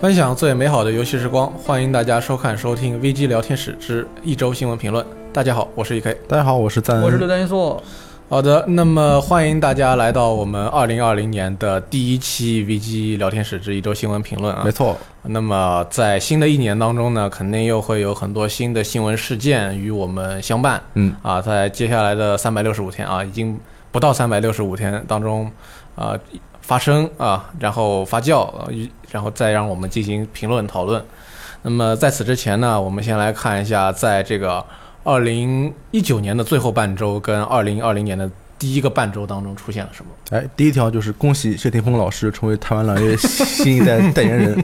分享最美好的游戏时光，欢迎大家收看收听 VG 聊天室之一周新闻评论。大家好，我是 E EK。大家好，我是赞恩，我是刘丹一硕，好的，那么欢迎大家来到我们二零二零年的第一期 VG 聊天室之一周新闻评论啊没。错，那么在新的一年当中呢，肯定又会有很多新的新闻事件与我们相伴。嗯，啊，在接下来的三百六十五天啊，已经不到三百六十五天当中，啊、发生啊，然后发酵，啊与然后再让我们进行评论讨论。那么在此之前呢，我们先来看一下，在这个二零一九年的最后半周跟二零二零年的第一个半周当中出现了什么。哎，第一条就是恭喜谢霆锋老师成为台湾蓝月新一代代言人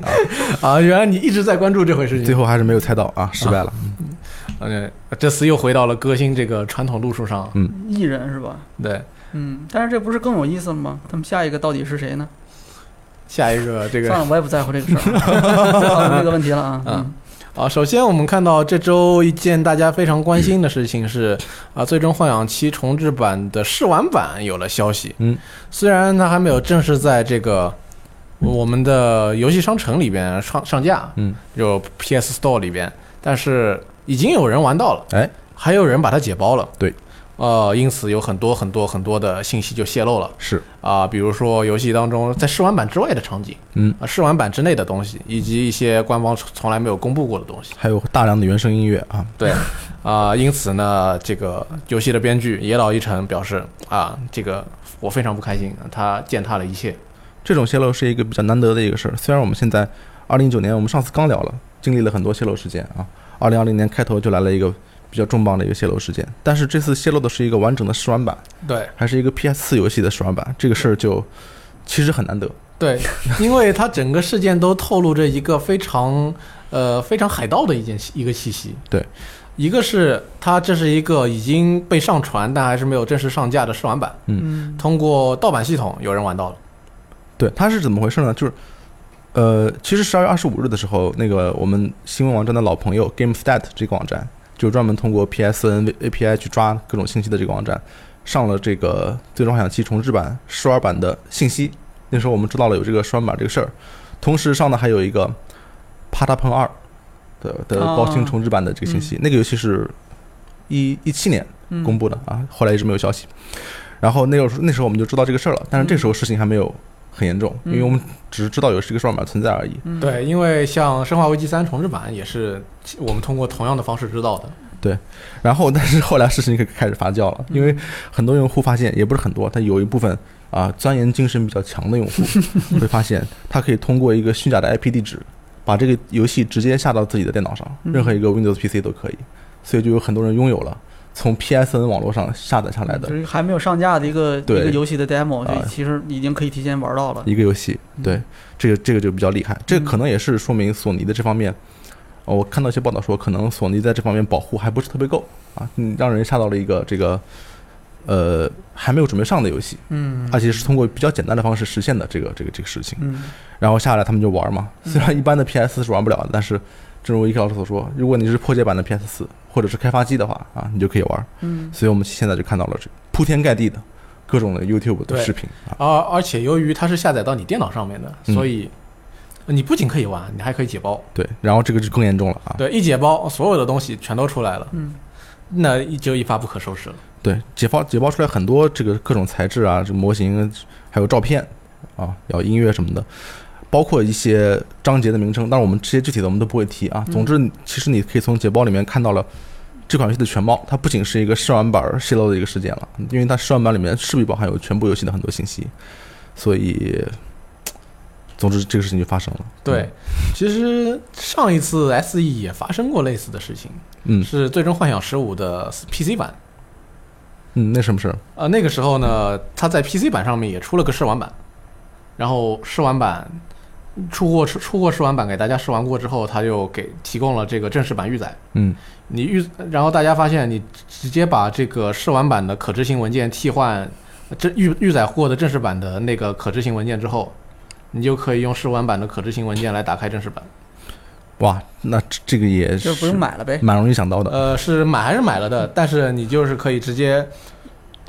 啊，啊，原来你一直在关注这回事最情。后还是没有猜到啊，失败了。嗯，这次又回到了歌星这个传统路数上。艺人是吧？对，嗯，但是这不是更有意思了吗？他们下一个到底是谁呢？下一个这个算了，我也不在乎这个事 儿，讨论这个问题了啊。嗯，啊，首先我们看到这周一件大家非常关心的事情是，啊，《最终幻想七》重置版的试玩版有了消息。嗯，虽然它还没有正式在这个我们的游戏商城里边上上架，嗯，就 PS Store 里边，但是已经有人玩到了，哎，还有人把它解包了。对。呃，因此有很多很多很多的信息就泄露了是，啊、比如说游戏当中在试玩版之外的场景，嗯，啊，试玩版之内的东西，以及一些官方从从来没有公布过的东西。还有大量的原声音乐啊，对，啊、因此呢，这个游戏的编剧野岛一成表示啊，这个我非常不开心，他践踏了一切。这种泄露是一个比较难得的一个事儿。虽然我们现在二零一九年，我们上次刚聊了，经历了很多泄露事件啊，二零二零年开头就来了一个比较重磅的一个泄露事件，但是这次泄露的是一个完整的试玩版，对还是一个 PS 四游戏的试玩版，这个事儿就其实很难得。对， 因为他整个事件都透露着一个非常呃非常海盗的一件一个气息。对，一个是他这是一个已经被上传但还是没有正式上架的试玩版，嗯，通过盗版系统有人玩到了。对，它是怎么回事呢？就是，呃，其实十二月二十五日的时候，那个我们新闻网站的老朋友 GameStat 这个网站，就专门通过 PSN API 去抓各种信息的这个网站，上了这个《最终幻想七》重置版试玩版的信息。那时候我们知道了有这个试玩版这个事儿，同时上的还有一个《帕塔彭二》的的哦高清重置版的这个信息。那个游戏是一一七年嗯公布的啊，后来一直没有消息。然后那个时候那时候我们就知道这个事儿了，但是这时候事情还没有很严重，因嗯为我们只是知道有这个双码存在而已。嗯，对，因为像《生化危机三》重置版也是我们通过同样的方式知道的。然后，但是后来事情就开始发酵了，因为很多用户发现，也不是很多，但有一部分啊钻研精神比较强的用 户会发现，他可以通过一个虚假的 IP 地址，把这个游戏直接下到自己的电脑上，嗯任何一个 Windows PC 都可以。所以就有很多人拥有了从 PSN 网络上下载下来的嗯就是还没有上架的一个一对个游戏的 demo，啊就其实已经可以提前玩到了。一个游戏。对，这个这个就比较厉害，这个可能也是说明索尼的这方面，呃我看到一些报道说，可能索尼在这方面保护还不是特别够啊，嗯让人下到了一个这个呃还没有准备上的游戏，嗯而且是通过比较简单的方式实现的这个这个这个事情，嗯，然后下来他们就玩嘛，虽然一般的 PS 是玩不了的，但是。正如伊克老师所说，如果你是破解版的 PS 四或者是开发机的话啊，你就可以玩。嗯，所以我们现在就看到了这铺天盖地的各种的 YouTube 的对视频啊，而而且由于它是下载到你电脑上面的，嗯所以呃你不仅可以玩，你还可以解包。对，然后这个就更严重了啊。对，一解包，所有的东西全都出来了，嗯，那一就一发不可收拾了。对，解包解包出来很多这个各种材质啊，这模型还有照片啊，有音乐什么的，包括一些章节的名称。但是我们这些具体的我们都不会提啊。总嗯之，其实你可以从解包里面看到了这款游戏的全貌。它不仅是一个试玩版泄露的一个事件了，因为它试玩版里面势必包含有全部游戏的很多信息，所以。总之，这个事情就发生了。对，嗯其实上一次 SE 也发生过类似的事情，嗯是《最终幻想十五》的 PC 版。嗯，那什么事儿？呃，那个时候呢，它在 PC 版上面也出了个试玩版，然后试玩版出过出出过试玩版给大家试玩过之后，它就给提供了这个正式版预载。嗯，你预，然后大家发现你直接把这个试玩版的可执行文件替换这预预载过的正式版的那个可执行文件之后，你就可以用试玩版的可执行文件来打开正式版。哇，那这这个也就是嗯不用买了呗。呃蛮容易想到的。呃，是买还是买了的，但是你就是可以直接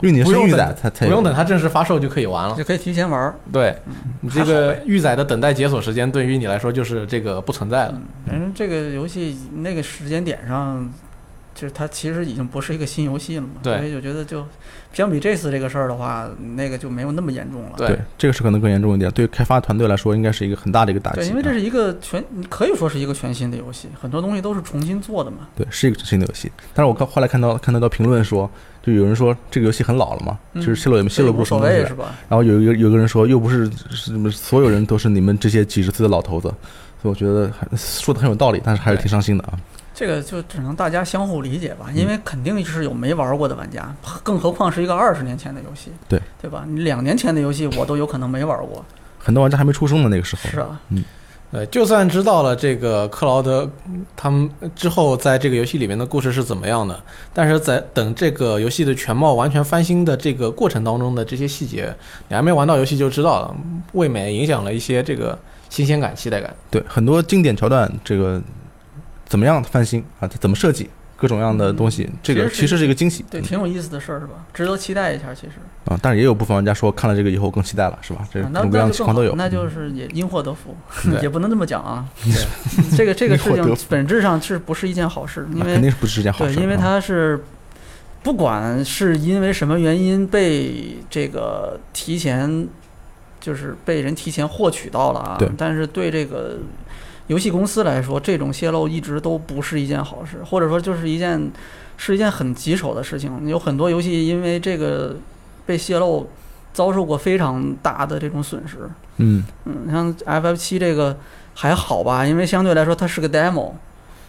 因为你不是用预等载才才不有用等它正式发售就可以玩了。就可以提前玩儿。对你这个预载的等待解锁时间，对于你来说就是这个不存在了。反嗯正这个游戏那个时间点上，就是它其实已经不是一个新游戏了嘛，对所以就觉得就相比这次这个事儿的话，那个就没有那么严重了。对对，这个是可能更严重一点，对开发团队来说应该是一个很大的一个打击啊。对，因为这是一个全可以说是一个全新的游戏，很多东西都是重新做的嘛。对，是一个新的游戏。但是我看后来看到看到一个评论说，就有人说这个游戏很老了嘛，嗯就是泄露也泄露这不无出什所么东西谓来是。吧？然后有一个有个人说，又不是什么所有人都是你们这些几十岁的老头子，所以我觉得还说的很有道理，但是还是挺伤心的啊。这个就只能大家相互理解吧，因为肯定是有没玩过的玩家，更何况是一个二十年前的游戏，对对吧？你两年前的游戏我都有可能没玩过，很多玩家还没出生的那个时候，是啊，呃，就算知道了这个克劳德他们之后在这个游戏里面的故事是怎么样的，但是在等这个游戏的全貌完全翻新的这个过程当中的这些细节，你还没玩到游戏就知道了，未免影响了一些这个新鲜感、期待感。对，很多经典桥段这个怎么样翻新啊？它怎么设计？各种各样的东西，这个嗯其实是其实是一个惊喜，对，嗯挺有意思的事儿是吧？值得期待一下，其实。啊，但是也有部分玩家说看了这个以后更期待了，是吧？这啊那各种各样的情况都有，嗯那就更好那就是也因祸得福，对 也不能这么讲啊。这个这个事因祸得情福本质上是不是一件好事？因嗯那为肯定是不是一件好对，事，因为嗯它是不管是因为什么原因被这个提前，就是被人提前获取到了啊对。但是对这个游戏公司来说，这种泄露一直都不是一件好事，或者说就是一件是一件很棘手的事情。有很多游戏因为这个被泄露，遭受过非常大的这种损失。嗯，嗯，像 FF 七这个还好吧，因为相对来说它是个 demo，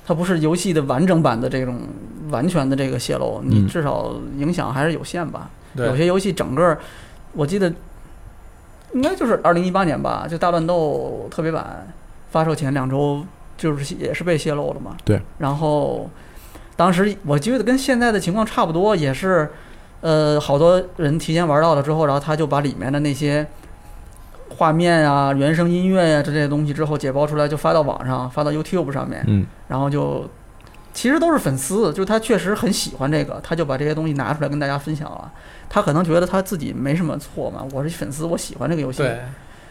它不是游戏的完整版的这种完全的这个泄露，你嗯至少影响还是有限吧。有对，些游戏整个，我记得应该就是二零一八年吧，就大乱斗特别版发售前两周，就是也是被泄露了嘛。对。然后当时我记得跟现在的情况差不多，也是呃，好多人提前玩到了之后，然后他就把里面的那些。画面啊、原声音乐呀、这些东西之后解包出来就发到网上，发到 YouTube 上面，嗯，然后就其实都是粉丝，就是他确实很喜欢这个，他就把这些东西拿出来跟大家分享了。他可能觉得他自己没什么错嘛，我是粉丝，我喜欢这个游戏。对，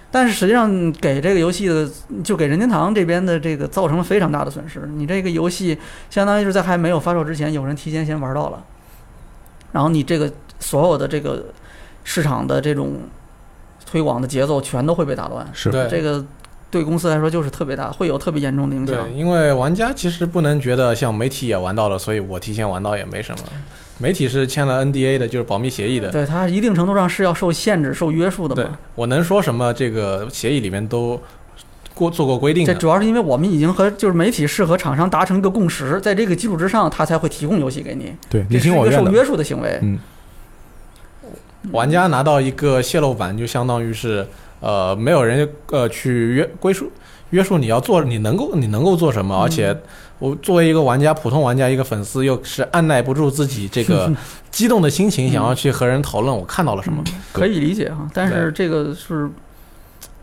但是实际上给这个游戏的，就给任天堂这边的这个造成了非常大的损失。你这个游戏相当于是在还没有发售之前，有人提前先玩到了，然后你这个所有的这个市场的这种推广的节奏全都会被打乱。是对这个对公司来说就是特别大，会有特别严重的影响。对，因为玩家其实不能觉得像媒体也玩到了，所以我提前玩到也没什么。媒体是签了 NDA 的，就是保密协议的。对，它一定程度上是要受限制、受约束的对嘛。，我能说什么？这个协议里面都过做过规定这的。主要是因为我们已经和就是媒体是和厂商达成一个共识，在这个基础之上，他才会提供游戏给你。对，这你是情一我个愿受的，约束的行为。嗯，玩家拿到一个泄露版，就相当于是呃，没有人呃去约归属约束你要做，你能够你能够做什么？嗯而且我作为一个玩家，普通玩家一个粉丝，又是按耐不住自己这 个激动的心情，嗯想要去和人讨论我看到了什么。嗯可以理解哈，但是这个是。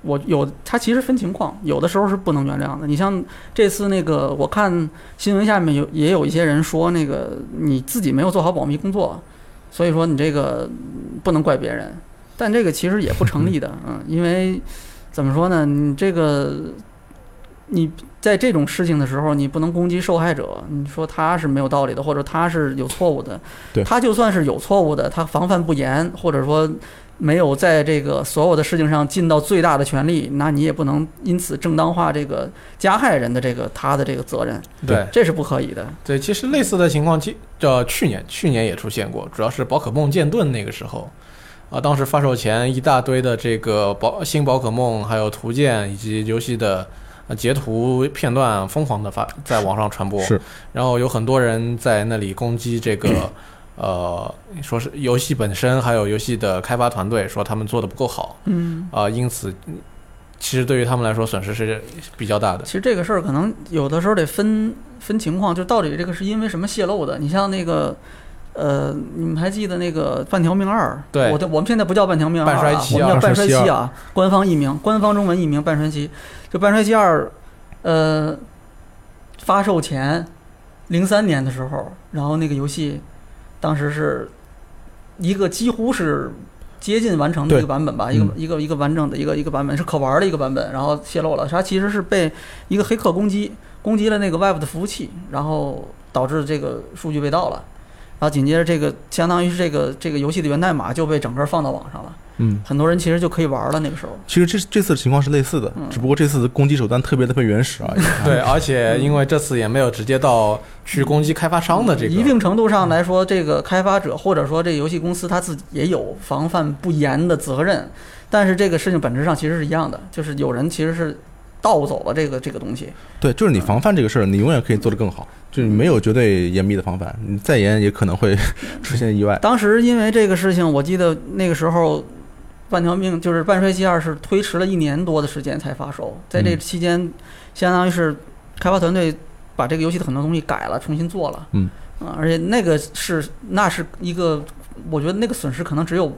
我有，它其实分情况，有的时候是不能原谅的。你像这次那个，我看新闻下面有也有一些人说，那个你自己没有做好保密工作，所以说你这个嗯不能怪别人。但这个其实也不成立的，嗯，因为怎么说呢，你这个你在这种事情的时候，你不能攻击受害者，你说他是没有道理的，或者他是有错误的，对他就算是有错误的，他防范不严，或者说没有在这个所有的事情上尽到最大的全力，那你也不能因此正当化这个加害人的这个他的这个责任，对这是不可以的。对，其实类似的情况，其呃去年去年也出现过，主要是宝可梦剑盾那个时候，啊、当时发售前一大堆的这个宝新宝可梦，还有图鉴以及游戏的呃截图片段，疯狂的发在网上传播，是然后有很多人在那里攻击这个呃，说是游戏本身，还有游戏的开发团队，说他们做的不够好嗯，啊、因此嗯其实对于他们来说损失是比较大的其，实这个事儿可能有的时候得分分情况，就到底这个是因为什么泄露的。你像那个。呃，你们还记得那个《半条命二》？对我的我们现在不叫《半条命二》半啊，衰期我们叫二《半衰期半衰》期啊，官方译名，官方中文译名《半衰期》。就《半衰期二》，呃，发售前零三年的时候，然后那个游戏当时是一个几乎是接近完成的一个对版本吧，一个嗯一个一个完整的一个一个版本是可玩的一个版本，然后泄露了，它其实是被一个黑客攻击，攻击了那个 Web 的服务器，然后导致这个数据被盗了。然后紧接着，这个相当于是这个这个游戏的源代码就被整个放到网上了，嗯，很多人其实就可以玩了。那个时候，其实这这次的情况是类似的，嗯啊只不过这次的攻击手段特别特别原始 啊而已。对，而且因为这次也没有直接到去攻击开发商的这个，嗯一定程度上来说，这个开发者或者说这游戏公司他自己也有防范不严的责任，但是这个事情本质上其实是一样的，就是有人其实是盗走了这个这个东西。对，就是你防范这个事儿，你永远可以做得更好，就是没有绝对严密的防范，你再严也可能会 出现意外。当时因为这个事情，我记得那个时候，《半条命》就是《半衰期二》是推迟了一年多的时间才发售，在这嗯期间，相当于是开发团队把这个游戏的很多东西改了，重新做了。嗯啊，而且那个是那是一个，我觉得那个损失可能只有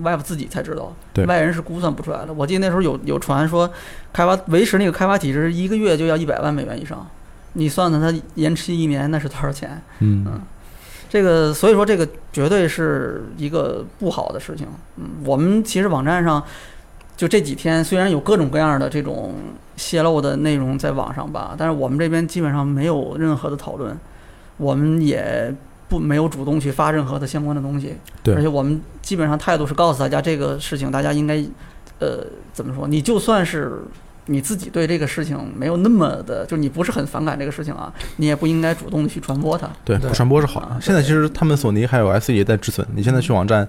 Web 自己才知道，对外人是估算不出来的。我记得那时候有有传说，开发维持那个开发体制一个月就要一百万美元以上，你算算它延期一年那是多少钱？嗯这个，所以说这个绝对是一个不好的事情。嗯，我们其实网站上就这几天，虽然有各种各样的这种泄露的内容在网上吧，但是我们这边基本上没有任何的讨论，我们也不没有主动去发任何的相关的东西。对而且我们基本上态度是告诉大家这个事情，大家应该呃怎么说？你就算是。你自己对这个事情没有那么的，就你不是很反感这个事情啊，你也不应该主动的去传播它。对，对不传播是好啊的。现在其实他们索尼还有 S E 也在止损，你现在去网站。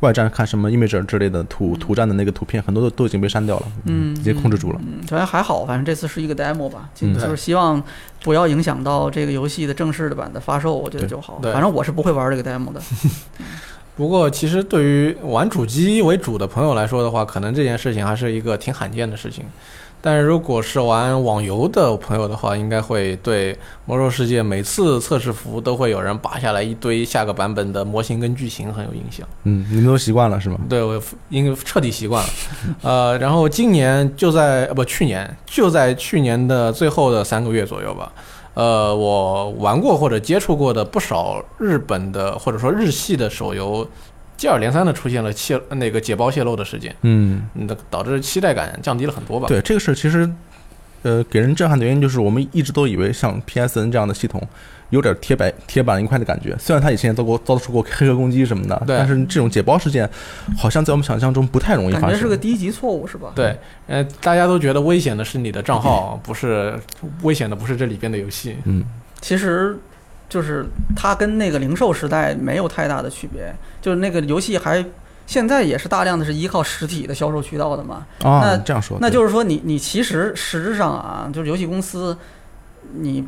外站看什么 Imager 之类的图嗯图站的那个图片，很多都都已经被删掉了，嗯直接控制住了。嗯，反正还好，反正这次是一个 demo 吧，就嗯就是希望不要影响到这个游戏的正式的版的发售，我觉得对就好。对反正我是不会玩这个 demo 的。不过，其实对于玩主机为主的朋友来说的话，可能这件事情还是一个挺罕见的事情。但是如果是玩网游的朋友的话，应该会对《魔兽世界》每次测试服都会有人拔下来一堆下个版本的模型跟剧情很有影响。嗯，你们都习惯了是吗？对我应该彻底习惯了。呃，然后今年就在呃不去年就在去年的最后的三个月左右吧。呃，我玩过或者接触过的不少日本的或者说日系的手游，接二连三的出现了泄那个解包泄露的事件，嗯，嗯，导致期待感降低了很多吧。对这个事儿，其实，呃，给人震撼的原因就是我们一直都以为像 PSN 这样的系统有点铁板铁板一块的感觉。虽然它以前也遭过遭受过黑客攻击什么的，对但是这种解包事件好像在我们想象中不太容易感发觉是生个。低级错误是吧？对，呃，大家都觉得危险的是你的账号，不是危险的不是这里边的游戏。嗯，其实就是它跟那个零售时代没有太大的区别，就是那个游戏还现在也是大量的是依靠实体的销售渠道的嘛。啊，那这样说，那对就是说你，你其实实质上啊，就是游戏公司，你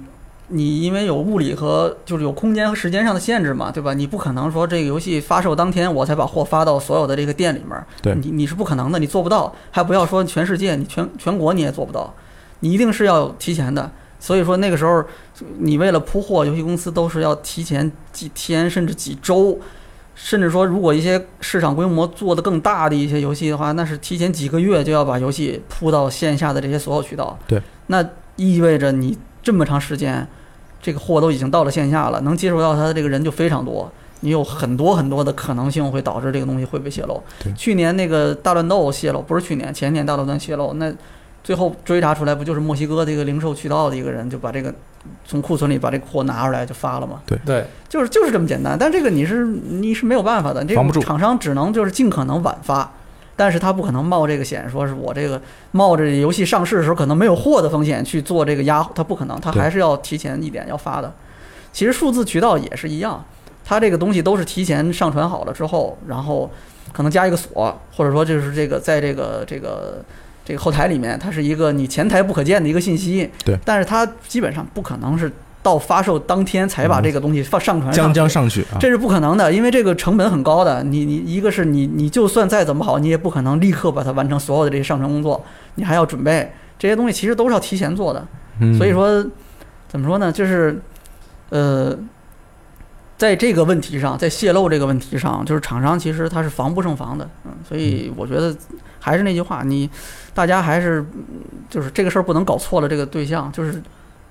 你因为有物理和就是有空间和时间上的限制嘛，对吧？你不可能说这个游戏发售当天我才把货发到所有的这个店里面儿，对你你是不可能的，你做不到，还不要说全世界，你全全国你也做不到，你一定是要提前的。所以说那个时候，你为了铺货，游戏公司都是要提前几天甚至几周。甚至说，如果一些市场规模做得更大的一些游戏的话，那是提前几个月就要把游戏铺到线下的这些所有渠道。对，那意味着你这么长时间，这个货都已经到了线下了，能接触到它的这个人就非常多，你有很多很多的可能性会导致这个东西会被泄露对。去年那个大乱斗泄露，不是去年，前年大乱斗泄露，那最后追查出来不就是墨西哥的一个零售渠道的一个人就把这个从库存里把这个货拿出来就发了吗？对，就是就是这么简单。但这个你是你是没有办法的，这防不个住厂商只能就是尽可能晚发，但是他不可能冒这个险，说是我这个冒着游戏上市的时候可能没有货的风险去做这个压，他不可能，他对还是要提前一点要发的。其实数字渠道也是一样，它这个东西都是提前上传好了之后，然后可能加一个锁，或者说就是这个在这个这个这个后台里面，它是一个你前台不可见的一个信息。对，但是它基本上不可能是到发售当天才把这个东西放上传上将去将上去啊，这是不可能的，因为这个成本很高的。你你一个是你你就算再怎么好，你也不可能立刻把它完成所有的这些上传工作，你还要准备这些东西，其实都是要提前做的。嗯所以说，怎么说呢？就是，呃，在这个问题上，在泄露这个问题上，就是厂商其实它是防不胜防的。嗯，所以我觉得还是那句话，你大家还是嗯就是这个事儿不能搞错了这个对象，就是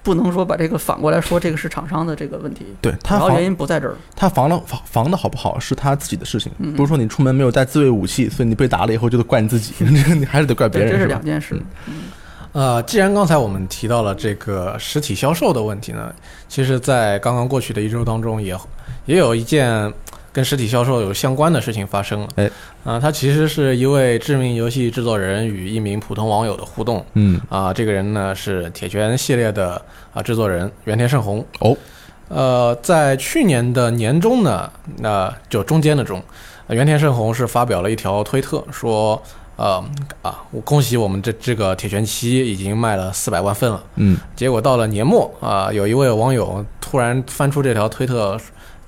不能说把这个反过来说，这个是厂商的这个问题，对主他要防原因不在这儿。他防的防防的好不好是他自己的事情，嗯嗯不是说你出门没有带自卫武器，所以你被打了以后就得怪你自己， 这个你还是得怪别对，人，这是是吧两件事。嗯呃，既然刚才我们提到了这个实体销售的问题呢，其实，在刚刚过去的一周当中也，也有一件跟实体销售有相关的事情发生了。哎，啊、它其实是一位知名游戏制作人与一名普通网友的互动。嗯，啊、这个人呢是《铁拳》系列的啊、制作人原田胜宏。哦，呃，在去年的年中呢，那、就中间的中，呃原田胜宏是发表了一条推特，说，呃啊，我恭喜我们这这个《铁拳七》已经卖了四百万份了。嗯，结果到了年末啊、有一位网友突然翻出这条推特，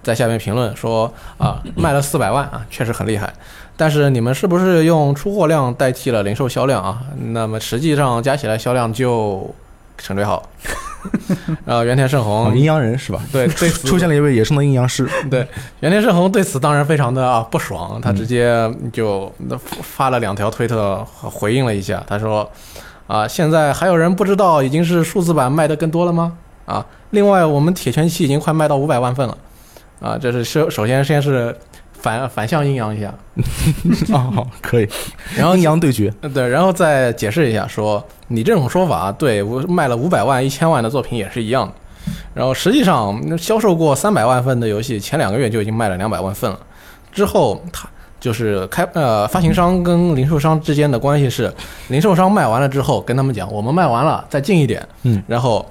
在下面评论说啊、卖了四百万啊，确实很厉害。但是你们是不是用出货量代替了零售销量啊？那么实际上加起来销量就省略号。 呃，原田胜哦，宏嗯阴阳人是吧？对对此出现了一位野生的阴阳 师，原田胜宏对此当然非常的啊不爽，他直接就发了两条推特回应了一下，他说：“啊，现在还有人不知道已经是数字版卖的更多了吗？啊，另外我们铁拳七已经快卖到五百万份了，啊，这是首首先先是反反向阴阳一下，啊，好，可以， 然后阴阳对决，嗯对，然后再解释一下说，你这种说法对我卖了五百万、一千万的作品也是一样的。然后实际上，那销售过三百万份的游戏，前两个月就已经卖了两百万份了。之后，它就是开呃发行商跟零售商之间的关系是，零售商卖完了之后跟他们讲，我们卖完了再进一点，嗯，然后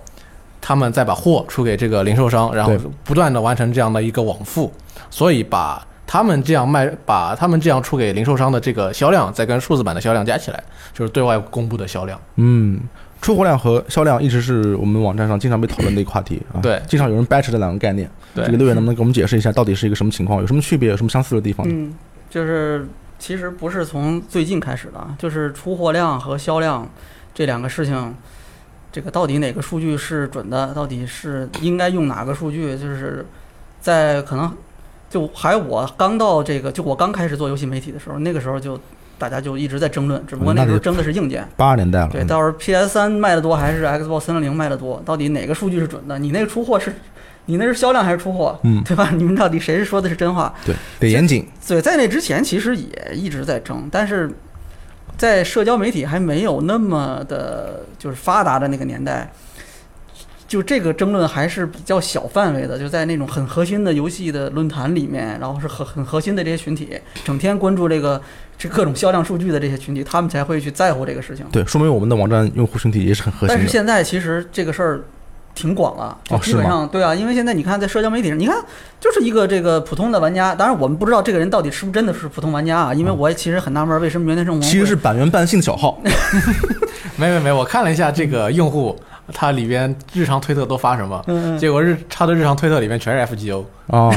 他们再把货出给这个零售商，然后对不断的完成这样的一个往复，所以把。他们这样卖，把他们这样出给零售商的这个销量，再跟数字版的销量加起来，就是对外公布的销量。嗯，出货量和销量一直是我们网站上经常被讨论的一个话题啊，对经常有人掰扯这两个概念，对这个六月能不能给我们解释一下，到底是一个什么情况，有什么区别，有什么相似的地方？嗯，就是其实不是从最近开始的啊，就是出货量和销量这两个事情，这个到底哪个数据是准的，到底是应该用哪个数据，就是在可能就还有我刚到这个，就我刚开始做游戏媒体的时候，那个时候就大家就一直在争论，只不过嗯那那时候得争的是硬件。八十年代了，对，嗯到时候 PS 三卖的多还是 Xbox 三六零卖的多？到底哪个数据是准的？你那个出货是，你那是销量还是出货？嗯，对吧？你们到底谁是说的是真话？对，得严谨，对，在那之前其实也一直在争，但是在社交媒体还没有那么的，就是发达的那个年代，就这个争论还是比较小范围的，就在那种很核心的游戏的论坛里面，然后是很很核心的这些群体，整天关注这个这各种销量数据的这些群体，他们才会去在乎这个事情。对，说明我们的网站用户群体也是很核但心是的，现在其实这个事儿挺广了，就哦基本是吗上、对啊，因为现在你看在社交媒体上，你看就是一个这个普通的玩家，当然我们不知道这个人到底是不是真的是普通玩家啊，因为我也其实很纳闷儿为什么原田正宏哦其实会是板垣半信的 小号，没没没，我看了一下这个用户，他里边日常推特都发什么，嗯，嗯结果日他的日常推特里面全是 FGO。啊，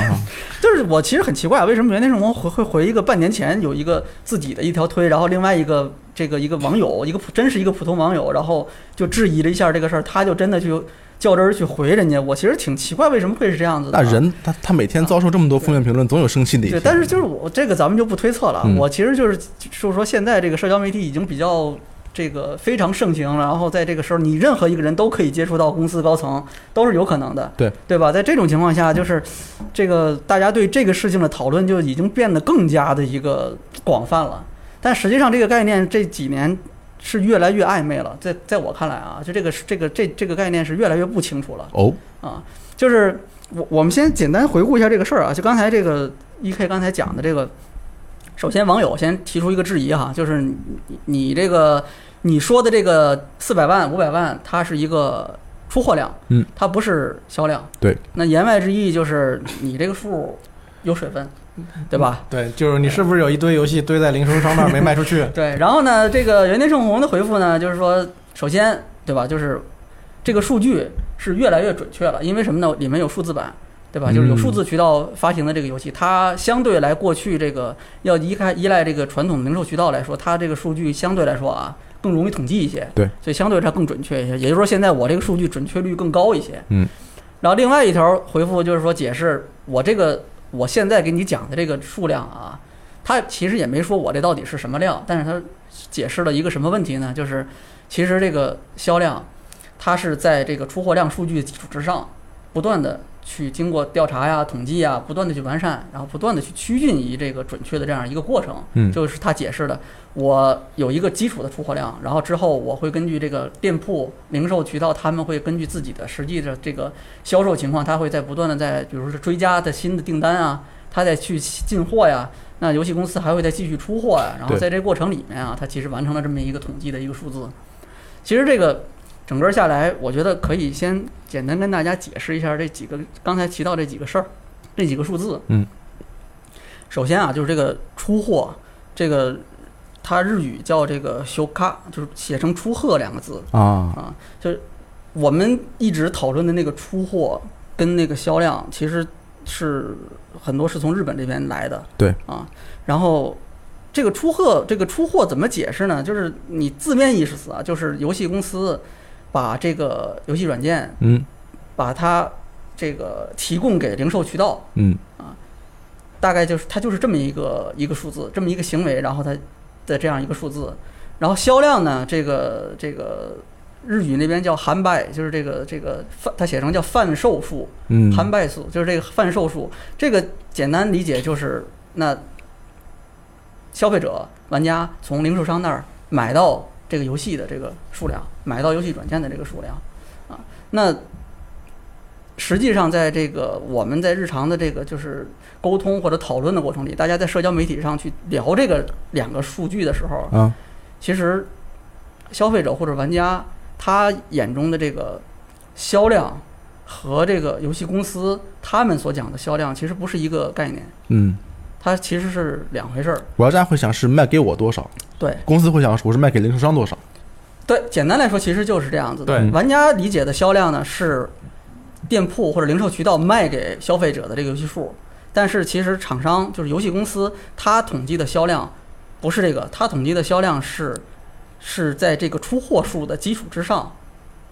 就是我其实很奇怪，啊为什么原田正宏会会回一个半年前有一个自己的一条推，然后另外一个这个一个网友，一个普真是一个普通网友，然后就质疑了一下这个事儿，他就真的去较真儿去回人家，我其实挺奇怪为什么会是这样子的那啊。人他他每天遭受这么多负面评论，总有生气的一对，天。但是就是我这个咱们就不推测了。啊嗯我其实就是就是说，现在这个社交媒体已经比较这个非常盛行了，然后在这个时候，你任何一个人都可以接触到公司高层，都是有可能的，对对吧？在这种情况下，就是这个大家对这个事情的讨论就已经变得更加的一个广泛了。但实际上，这个概念这几年是越来越暧昧了，在在我看来啊，就这个这个这这个概念是越来越不清楚了。哦，啊，就是我我们先简单回顾一下这个事儿啊，就刚才这个 E K 刚才讲的这个，首先网友先提出一个质疑哈，就是你你这个你说的这个四百万五百万，它是一个出货量，嗯，它不是销量，对，那言外之意就是你这个数有水分，对吧？？对，就是你是不是有一堆游戏堆在零售商那儿没卖出去 对，然后呢，这个原田正宏的回复呢，就是说，首先，对吧，就是这个数据是越来越准确了，因为什么呢？里面有数字版，对吧？嗯就是有数字渠道发行的这个游戏，它相对来过去这个要依赖依赖这个传统零售渠道来说，它这个数据相对来说啊更容易统计一些，对，所以相对它更准确一些。也就是说，现在我这个数据准确率更高一些。嗯。然后另外一条回复就是说，解释我这个我现在给你讲的这个数量啊，他其实也没说我这到底是什么量，但是他解释了一个什么问题呢？就是其实这个销量它是在这个出货量数据基础之上，不断的去经过调查呀、统计呀，不断的去完善，然后不断的去趋近于这个准确的这样一个过程。嗯就是他解释的，我有一个基础的出货量，然后之后我会根据这个店铺、零售渠道，他们会根据自己的实际的这个销售情况，他会在不断的在，比如说追加的新的订单啊，他再去进货呀。那游戏公司还会再继续出货呀，然后对在这过程里面啊，它其实完成了这么一个统计的一个数字。其实这个整个下来，我觉得可以先简单跟大家解释一下这几个刚才提到这几个事儿，这几个数字。嗯，首先啊，就是这个出货，这个它日语叫这个修卡，就是写成出贺两个字。啊，啊，就是我们一直讨论的那个出货跟那个销量，其实是很多是从日本这边来的。对啊，然后这个出货，这个出货怎么解释呢？就是你字面意思啊，就是游戏公司把这个游戏软件嗯把它这个提供给零售渠道，嗯大概就是它就是这么一个一个数字，这么一个行为，然后它的这样一个数字，然后销量呢，这个这个日语那边叫販売，就是这个这个贩，它写成叫贩售数，嗯，販売数就是这个贩售数，这个简单理解就是那消费者玩家从零售商那儿买到这个游戏的这个数量，买到游戏软件的这个数量啊，那。实际上，在这个我们在日常的这个就是沟通或者讨论的过程里，大家在社交媒体上去聊这个两个数据的时候，啊，其实消费者或者玩家他眼中的这个销量和这个游戏公司他们所讲的销量其实不是一个概念，嗯，它其实是两回事儿。玩家会想是卖给我多少，对公司会想我是卖给零售商多少，对，简单来说其实就是这样子的。对玩家理解的销量呢是店铺或者零售渠道卖给消费者的这个游戏数，但是其实厂商就是游戏公司，它统计的销量不是这个，它统计的销量是是在这个出货数的基础之上。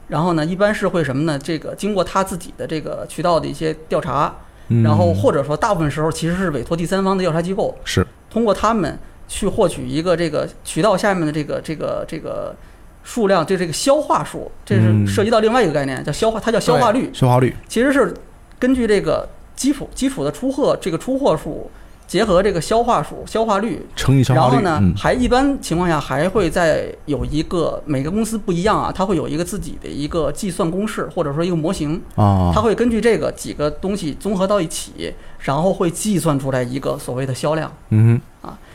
然后呢，一般是会什么呢？这个经过他自己的这个渠道的一些调查，嗯然后或者说大部分时候其实是委托第三方的调查机构，是通过他们去获取一个这个渠道下面的这个这个这个数量，就这个消化数，这是嗯涉及到另外一个概念，叫消化，它叫消化率，消化率，其实是根据这个基础基础的出货这个出货数，结合这个消化数、消化率。乘以消然化后率，呢，嗯还一般情况下还会再有一个每个公司不一样啊，它会有一个自己的一个计算公式，或者说一个模型，啊它，会根据这个几个东西综合到一起，然后会计算出来一个所谓的销量。嗯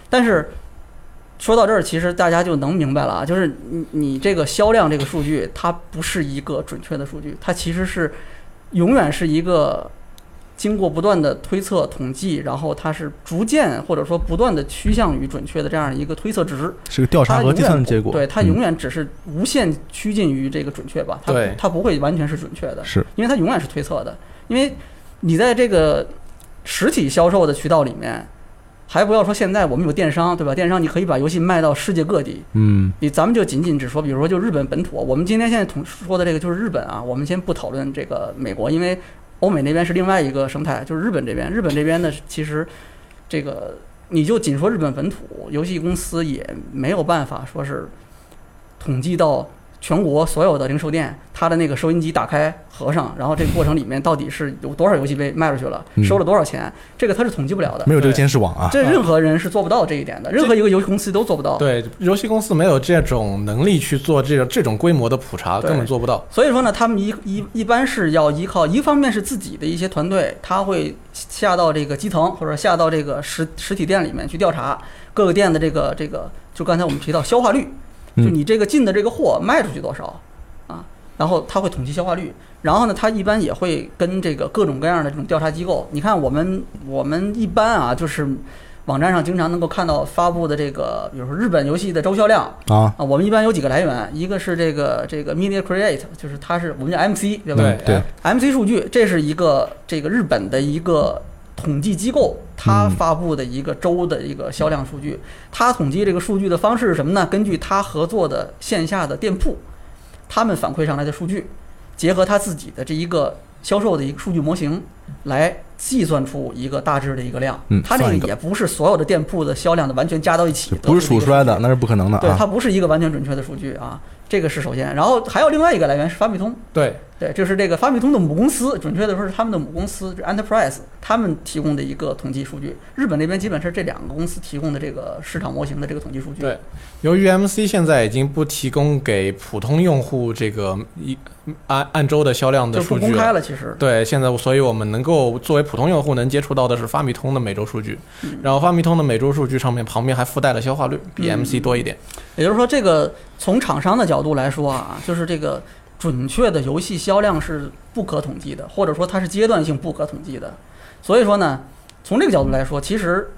但是说到这儿，其实大家就能明白了啊，就是你你这个销量这个数据，它不是一个准确的数据，它其实是永远是一个经过不断的推测统计，然后它是逐渐或者说不断的趋向于准确的这样一个推测值。哼，是个调查它和永计算远的不结果，对它嗯永远只是无限趋近于这个准确吧，它不对它不会完全是准确的。嗯是因为它永远是推测的，因为你在这个实体销售的渠道里面，还不要说现在我们有电商，对吧？电商你可以把游戏卖到世界各地，嗯你咱们就仅仅只说，比如说就日本本土，我们今天现在统说的这个就是日本啊，我们先不讨论这个美国，因为欧美那边是另外一个生态，就是日本这边，日本这边呢其实这个你就仅说日本本土，游戏公司也没有办法说是统计到全国所有的零售店，它的那个收音机打开合上，然后这个过程里面到底是有多少游戏被卖出去了，嗯收了多少钱，这个它是统计不了的。没有这个对监视网啊，这任何人是做不到这一点的，任何一个游戏公司都做不到。对，游戏公司没有这种能力去做这种这种规模的普查，对根本做不到。所以说呢，他们一一一般是要依靠，一方面是自己的一些团队，他会下到这个基层或者下到这个实实体店里面去调查各个店的这个这个，就刚才我们提到消化率，就嗯你这个进的这个货卖出去多少啊，然后他会统计消化率，然后呢，他一般也会跟这个各种各样的这种调查机构，你看我们我们一般啊，就是网站上经常能够看到发布的这个，比如说日本游戏的周销量，啊，啊，我们一般有几个来源，一个是这个这个 Media Create，就是它是我们叫 MC 对吧对对哎 m c 数据，这是一个这个日本的一个统计机构，它嗯发布的一个州的一个销量数据。它统计这个数据的方式是什么呢？根据它合作的线下的店铺，他们反馈上来的数据，结合他自己的这一个销售的一个数据模型来计算出一个大致的一个量。嗯它这算一个个也不是所有的店铺的销量的完全加到一起这得出不的一个数据，是数出来的，那是不可能的对，啊它不是一个完全准确的数据啊。这个是首先，然后还有另外一个来源是发米通，对，对，就是这个发米通的母公司，准确的说是他们的母公司就是 Enterprise，他们提供的一个统计数据。日本那边基本是这两个公司提供的这个市场模型的这个统计数据。对由于 MC 现在已经不提供给普通用户这个一按按周的销量的就数不据啊公了开了，其实对，现在所以我们能够作为普通用户能接触到的是发米通的每周数据，嗯然后发米通的每周数据上面旁边还附带了消化率，比嗯 MC 多一点。也就是说，这个从厂商的角度来说啊，就是这个准确的游戏销量是不可统计的，或者说它是阶段性不可统计的。所以说呢，从这个角度来说，其实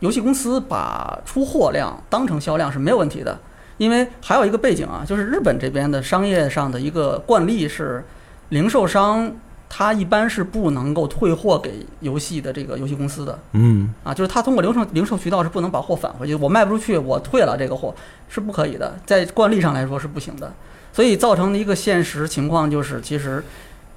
游戏公司把出货量当成销量是没有问题的，因为还有一个背景啊，就是日本这边的商业上的一个惯例是，零售商他一般是不能够退货给游戏的这个游戏公司的。嗯啊，就是他通过零售零售渠道是不能把货返回去，我卖不出去，我退了这个货是不可以的，在惯例上来说是不行的。所以造成的一个现实情况就是，其实，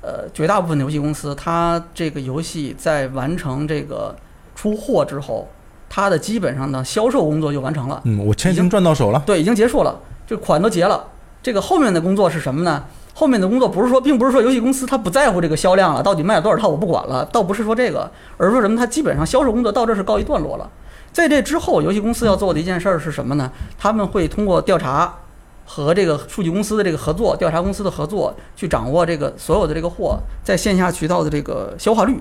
呃，绝大部分的游戏公司，它这个游戏在完成这个出货之后，它的基本上的销售工作就完成了，嗯，我钱已已经经赚到手了，对，已经结束了，这款都结了。这个后面的工作是什么呢？后面的工作不是说，并不是说游戏公司它不在乎这个销量了，到底卖了多少套我不管了，倒不是说这个，而是说什么？它基本上销售工作到这是告一段落了。在这之后，游戏公司要做的一件事儿是什么呢？他们会通过调查和这个数据公司的这个合作，调查公司的合作，去掌握这个所有的这个货在线下渠道的这个消化率。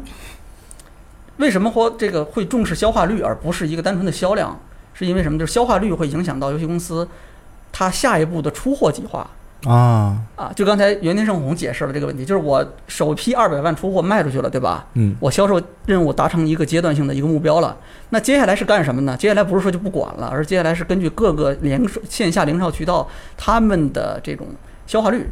为什么或这个会重视消化率，而不是一个单纯的销量？是因为什么？就是消化率会影响到游戏公司它下一步的出货计划啊，啊。就刚才袁天胜红解释了这个问题，就是我首批二百万出货卖出去了，对吧？嗯我销售任务达成一个阶段性的一个目标了。那接下来是干什么呢？接下来不是说就不管了，而接下来是根据各个零售线下零售渠道他们的这种消化率，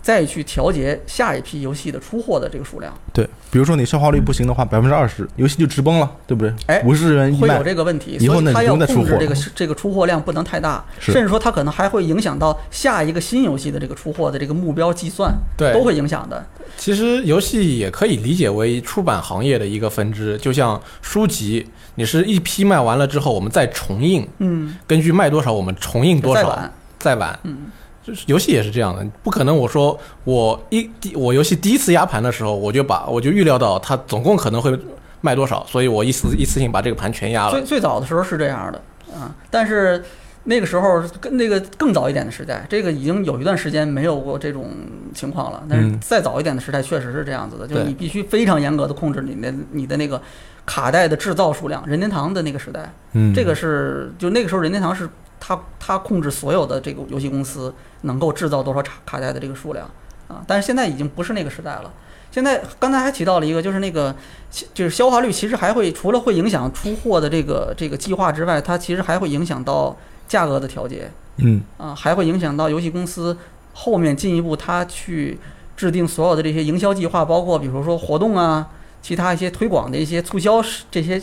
再去调节下一批游戏的出货的这个数量，对，比如说你消化率不行的话，百分之二十，游戏就直崩了，对不对？嗯哎五十日元一会有卖，这个问题，以后所呢以它你不要用再出控制货这个了这个出货量不能太大，是甚至说它可能还会影响到下一个新游戏的这个出货的这个目标计算，对，都会影响的。其实游戏也可以理解为出版行业的一个分支，就像书籍，你是一批卖完了之后，我们再重印，嗯，根据卖多少我们重印多再少，晚，再版。嗯，就是游戏也是这样的，不可能我说我一第我游戏第一次压盘的时候，我就把我就预料到它总共可能会卖多少，所以我一次一次性把这个盘全压了最。最早的时候是这样的啊，但是那个时候跟那个更早一点的时代，这个已经有一段时间没有过这种情况了。但是嗯再早一点的时代确实是这样子的，就是对你必须非常严格的控制你的你的那个卡带的制造数量。任天堂的那个时代，嗯，这个是就那个时候任天堂是他他控制所有的这个游戏公司能够制造多少卡卡带的这个数量啊，但是现在已经不是那个时代了。现在刚才还提到了一个，就是那个其就是消化率，其实还会除了会影响出货的这个这个计划之外，它其实还会影响到价格的调节嗯啊，还会影响到游戏公司后面进一步它去制定所有的这些营销计划，包括比如说活动啊，其他一些推广的一些促销这些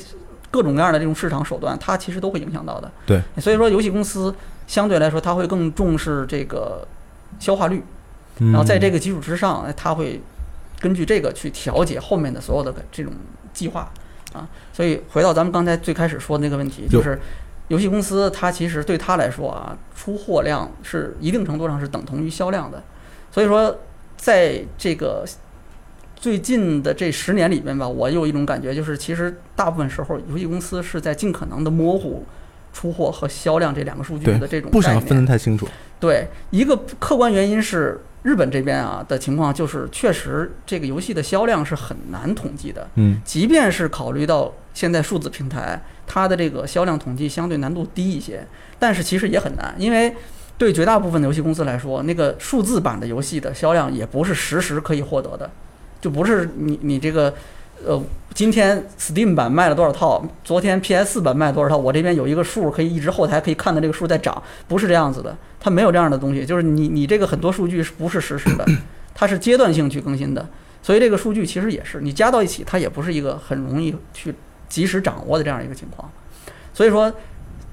各种各样的这种市场手段，它其实都会影响到的。对，所以说游戏公司相对来说，它会更重视这个消化率，嗯，然后在这个基础之上，哎它会根据这个去调节后面的所有的这种计划啊。所以回到咱们刚才最开始说的那个问题，有就是游戏公司它其实对它来说啊，出货量是一定程度上是等同于销量的，所以说在这个。最近的这十年里面吧，我有一种感觉，就是其实大部分时候，游戏公司是在尽可能的模糊出货和销量这两个数据对的这种不概想念分得太清楚，对，一个客观原因是日本这边啊的情况，就是确实这个游戏的销量是很难统计的，嗯即便是考虑到现在数字平台，它的这个销量统计相对难度低一些，但是其实也很难，因为对绝大部分的游戏公司来说，那个数字版的游戏的销量也不是实时可以获得的，就不是你你这个。呃，今天 Steam 版卖了多少套？昨天 PS 版卖了多少套？我这边有一个数，可以一直后台可以看到这个数在涨，不是这样子的，它没有这样的东西。就是你你这个很多数据是不是实时的，它是阶段性去更新的。所以这个数据其实也是你加到一起，它也不是一个很容易去及时掌握的这样一个情况。所以说，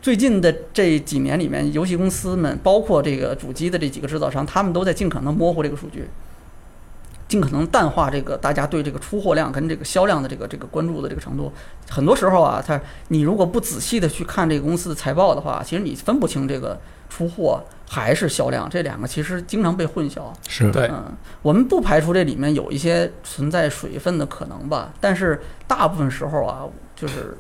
最近的这几年里面，游戏公司们包括这个主机的这几个制造商，他们都在尽可能模糊这个数据，尽可能淡化这个大家对这个出货量跟这个销量的这个这个关注的这个程度。很多时候啊，它你如果不仔细的去看这个公司的财报的话，其实你分不清这个出货还是销量，这两个其实经常被混淆。是对嗯，我们不排除这里面有一些存在水分的可能吧，但是大部分时候啊，就是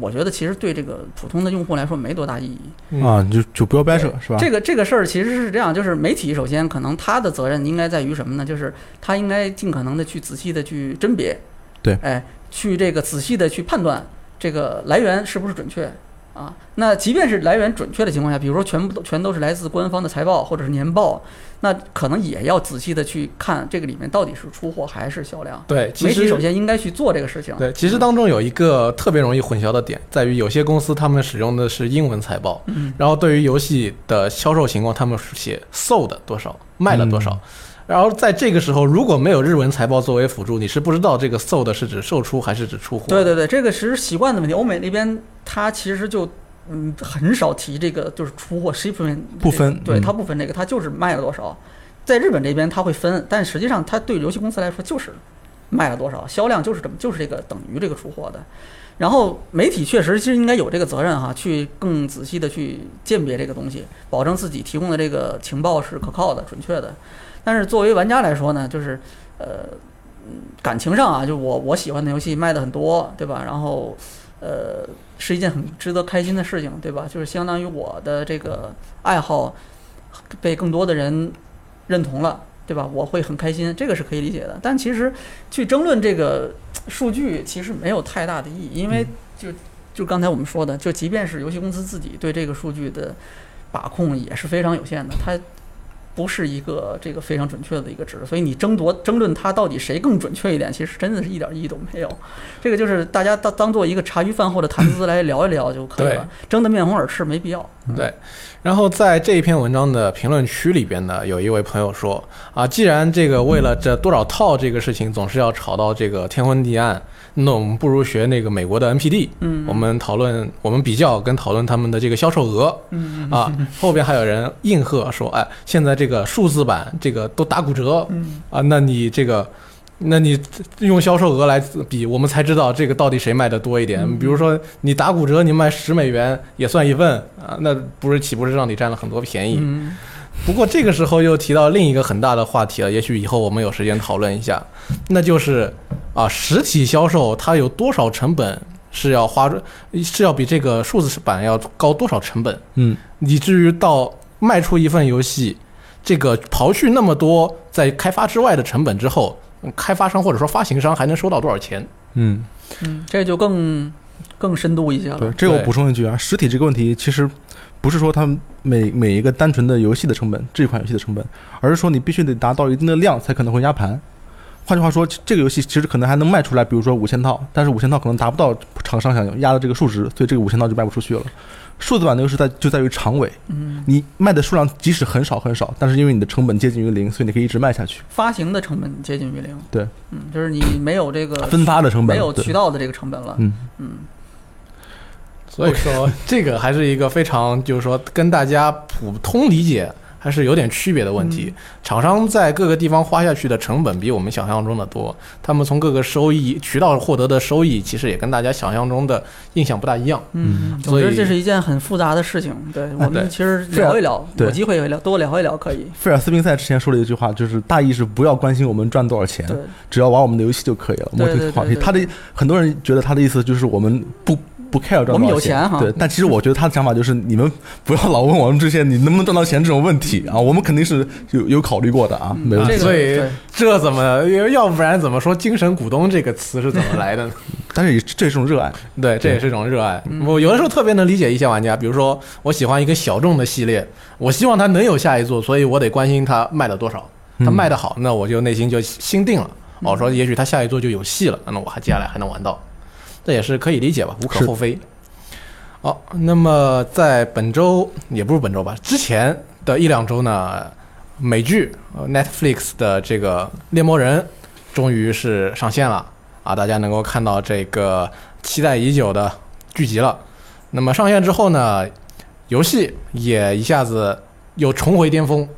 我觉得其实对这个普通的用户来说没多大意义。啊，你就就不要掰扯是吧？这个这个事儿其实是这样，就是媒体首先可能他的责任应该在于什么呢？就是他应该尽可能的去仔细的去甄别，对，哎，去这个仔细的去判断这个来源是不是准确啊。那即便是来源准确的情况下，比如说全部都全都是来自官方的财报或者是年报，那可能也要仔细的去看这个里面到底是出货还是销量。对，其媒体实首先啊应该去做这个事情。对，其实当中有一个特别容易混淆的点，在于有些公司他们使用的是英文财报，嗯然后对于游戏的销售情况，他们写 sold 多少，卖了多少。嗯然后在这个时候，如果没有日文财报作为辅助，你是不知道这个 sold 是指售出还是指出货。对对对，这个其实习惯的问题。欧美那边他其实就嗯很少提这个，就是出货 shipment 不分这个对嗯他不分这个，他就是卖了多少。在日本这边他会分，但实际上他对游戏公司来说就是卖了多少，销量就是这么就是这个等于这个出货的。然后媒体确实其实应该有这个责任哈，去更仔细的去鉴别这个东西，保证自己提供的这个情报是可靠的、准确的。但是作为玩家来说呢，就是呃，嗯感情上啊，就我我喜欢的游戏卖的很多，对吧？然后呃，是一件很值得开心的事情，对吧？就是相当于我的这个爱好被更多的人认同了。对吧？我会很开心，这个是可以理解的。但其实去争论这个数据，其实没有太大的意义，因为就就刚才我们说的，就即便是游戏公司自己对这个数据的把控也是非常有限的，它不是一个这个非常准确的一个值，所以你争夺争论它到底谁更准确一点，其实真的是一点意义都没有。这个就是大家当当做一个茶余饭后的谈资来聊一聊就可以了，争得面红耳赤没必要。对，然后在这一篇文章的评论区里边呢，有一位朋友说啊，既然这个为了这多少套这个事情总是要吵到这个天昏地暗，那我们不如学那个美国的 NPD，嗯我们讨论，我们比较跟讨论他们的这个销售额嗯啊。后边还有人应和说，哎，现在这个数字版这个都打骨折嗯，啊，那你这个。那你用销售额来比，我们才知道这个到底谁卖的多一点嗯。比如说，你打骨折，你卖十美元也算一份啊，那不是岂不是让你占了很多便宜？嗯，不过这个时候又提到另一个很大的话题了，也许以后我们有时间讨论一下，那就是啊，实体销售它有多少成本是要花，是要比这个数字版要高多少成本？嗯，以至于到卖出一份游戏，这个刨去那么多在开发之外的成本之后，嗯开发商或者说发行商还能收到多少钱？嗯，嗯这就更更深度一些了。对，这个我对补充一句啊，实体这个问题其实不是说它每每一个单纯的游戏的成本，这款游戏的成本，而是说你必须得达到一定的量才可能会压盘。换句话说，这个游戏其实可能还能卖出来，比如说五千套，但是五千套可能达不到厂商想压的这个数值，所以这个五千套就卖不出去了。数字版的优势在就在于长尾，嗯，你卖的数量即使很少很少，但是因为你的成本接近于零，所以你可以一直卖下去。发行的成本接近于零。对，嗯，就是你没有这个分发的成本没有对渠道的这个成本了。嗯，嗯，所以说， 这个还是一个非常就是说跟大家普通理解还是有点区别的问题。厂商在各个地方花下去的成本比我们想象中的多，他们从各个收益渠道获得的收益其实也跟大家想象中的印象不大一样。嗯，总所之以这是一件很复杂的事情。对啊我对们其实聊一聊，对有机会也聊多聊一聊可以。菲尔斯宾塞之前说了一句话，就是大意是不要关心我们赚多少钱，对，只要玩我们的游戏就可以了。对我们可以对话对题，对他的很多人觉得他的意思就是我们不不 care 赚多少我们有钱哈对。但其实我觉得他的想法就是 你们不要老问我们这些你能不能赚到钱这种问题啊，我们肯定是有有考虑过的啊，没问啊题。嗯这个所以对这怎么要不然怎么说“精神股东”这个词是怎么来的呢？但是也这是一种热爱，对，这也是一种热爱。我有的时候特别能理解一些玩家，比如说我喜欢一个小众的系列，我希望它能有下一座，所以我得关心它卖了多少。它卖得好，那我就内心就心定了。哦，说也许它下一座就有戏了，那我还接下来还能玩到，这也是可以理解吧，无可是厚非。好，那么在本周也不是本周吧，之前的一两周呢，美剧呃 Netflix 的这个《猎魔人》终于是上线了啊，大家能够看到这个期待已久的剧集了。那么上线之后呢，游戏也一下子又重回巅峰，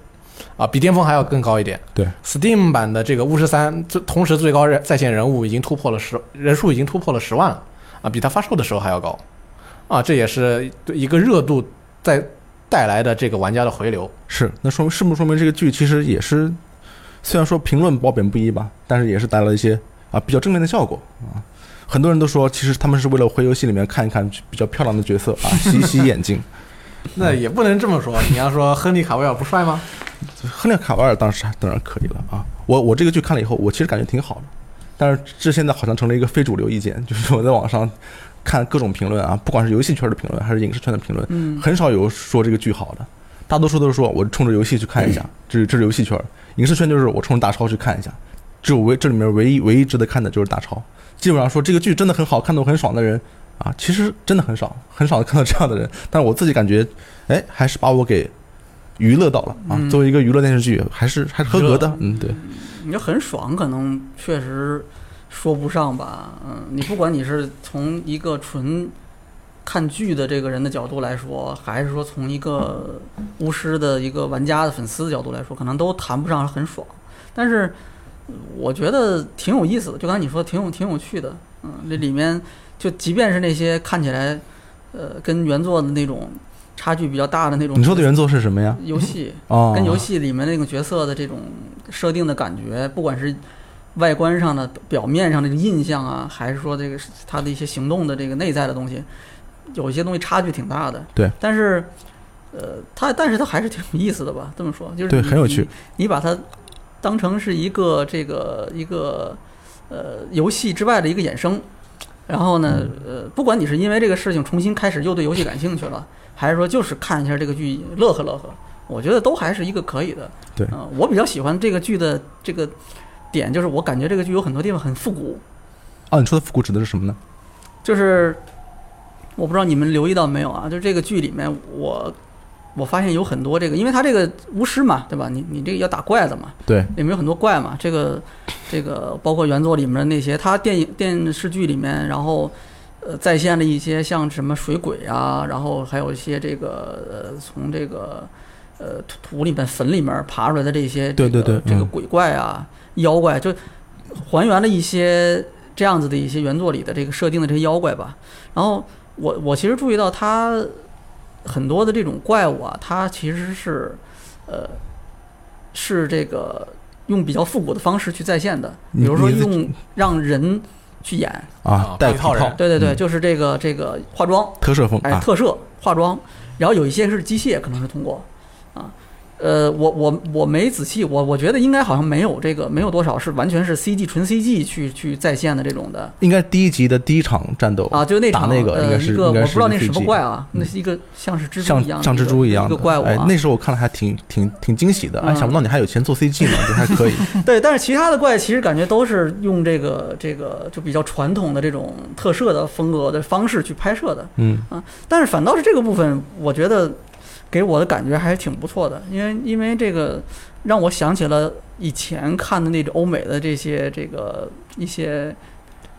啊，比巅峰还要更高一点。对，Steam 版的这个巫师三，最同时最高人在线人物已经突破了十人数已经突破了十万了，啊，比它发售的时候还要高，啊，这也是一个热度在带来的这个玩家的回流。是，那说明是不是说明这个剧其实也是，虽然说评论褒贬不一吧，但是也是带来了一些啊比较正面的效果啊。很多人都说，其实他们是为了回游戏里面看一看比较漂亮的角色啊，洗 一洗眼睛。那也不能这么说，你要说亨利·卡维尔不帅吗？亨利·卡维尔当时还当然可以了啊。我我这个剧看了以后，我其实感觉挺好的，但是这现在好像成了一个非主流意见，就是我在网上看各种评论啊，不管是游戏圈的评论还是影视圈的评论，嗯，很少有说这个剧好的，大多数都是说我冲着游戏去看一嗯下，这是这是游戏圈儿，影视圈就是我冲着大超去看一下，只有唯这里面唯一唯一值得看的就是大超，基本上说这个剧真的很好看的我很爽的人啊，其实真的很少，很少看到这样的人，但是我自己感觉，哎，还是把我给娱乐到了啊，嗯作为一个娱乐电视剧，还是还是合格的，嗯，对，你就很爽，可能确实说不上吧。嗯，你不管你是从一个纯看剧的这个人的角度来说，还是说从一个巫师的一个玩家的粉丝的角度来说，可能都谈不上很爽。但是呃我觉得挺有意思的，就刚才你说挺有挺有趣的。嗯，这里面就即便是那些看起来呃跟原作的那种差距比较大的那种，你说的原作是什么呀？游戏。哦，跟游戏里面那个角色的这种设定的感觉，不管是外观上的、表面上的印象啊，还是说这个是他的一些行动的这个内在的东西，有一些东西差距挺大的。对，但是，呃，它但是它还是挺有意思的吧？这么说就是对你很有趣你，你把它当成是一个这个一个呃游戏之外的一个衍生。然后呢，呃，不管你是因为这个事情重新开始又对游戏感兴趣了，还是说就是看一下这个剧乐呵乐呵，我觉得都还是一个可以的。对嗯、我比较喜欢这个剧的这个点，就是我感觉这个剧有很多地方很复古，啊，你说的复古指的是什么呢？就是我不知道你们留意到没有啊？就这个剧里面我。我发现有很多这个，因为他这个巫师嘛，对吧？你你这个要打怪的嘛，对，里面有很多怪嘛。这个这个包括原作里面的那些，他电影电视剧里面，然后呃再现了一些像什么水鬼啊，然后还有一些这个呃从这个呃土土里面坟里面爬出来的这些对对这个对这个嗯鬼怪啊、妖怪，就还原了一些这样子的一些原作里的这个设定的这些妖怪吧。然后我我其实注意到它很多的这种怪物啊，它其实是呃是这个用比较复古的方式去再现的，比你如说你用让人去演，啊啊，带配套人对对对，嗯就是这个这个化妆，特摄风哎，啊，特摄化妆，然后有一些是机械，可能是通过啊。呃，我我我没仔细，我我觉得应该好像没有这个，没有多少是完全是 CG 纯 CG 去去再现的这种的，应该第一集的第一场战斗啊，就那打场那个应呃该是一个我应该不是知道那什么 CG 怪啊，嗯那是一个像是蜘蛛像一样的像蜘蛛一样一个的怪物哎啊，。 那时候我看了还挺挺挺惊喜的，哎，嗯想不到你还有钱做 CG 呢，这还 可以。对，但是其他的怪其实感觉都是用这个这个就比较传统的这种特摄的风格的方式去拍摄的，嗯，但是反倒是这个部分，我觉得给我的感觉还是挺不错的，因为因为这个让我想起了以前看的那种欧美的这些这个一些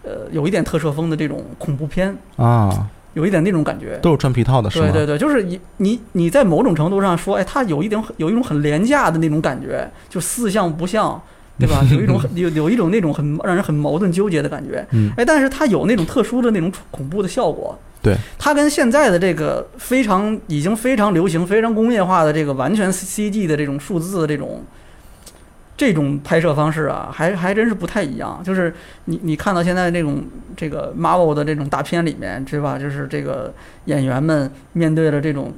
呃有一点特摄风的这种恐怖片，啊，有一点那种感觉。都是穿皮套的是吗？对对对，就是你你你在某种程度上说，哎，它有一点有一种很廉价的那种感觉，就似像不像，对 吧？有一种很有有一种那种很让人很矛盾纠结的感觉。嗯哎，但是它有那种特殊的那种恐怖的效果。对，它跟现在的这个非常已经非常流行、非常工业化的这个完全 CG 的这种数字的这种这种拍摄方式啊，还还真是不太一样。就是你你看到现在那种这个 Marvel 的这种大片里面，对吧？就是这个演员们面对了这种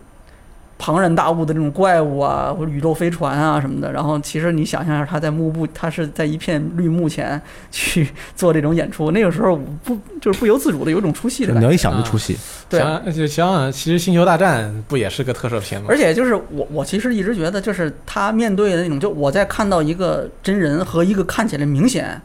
庞然大物的这种怪物啊，或者宇宙飞船啊什么的，然后其实你想象一下，他在幕布，他是在一片绿幕前 去做这种演出，那个时候我不就是不由自主的有一种出戏的你感觉，要一想就出戏，对。想就想想，其实《星球大战》不也是个特摄片吗？而且就是我，我其实一直觉得，就是他面对的那种，就我在看到一个真人和一个看起来明显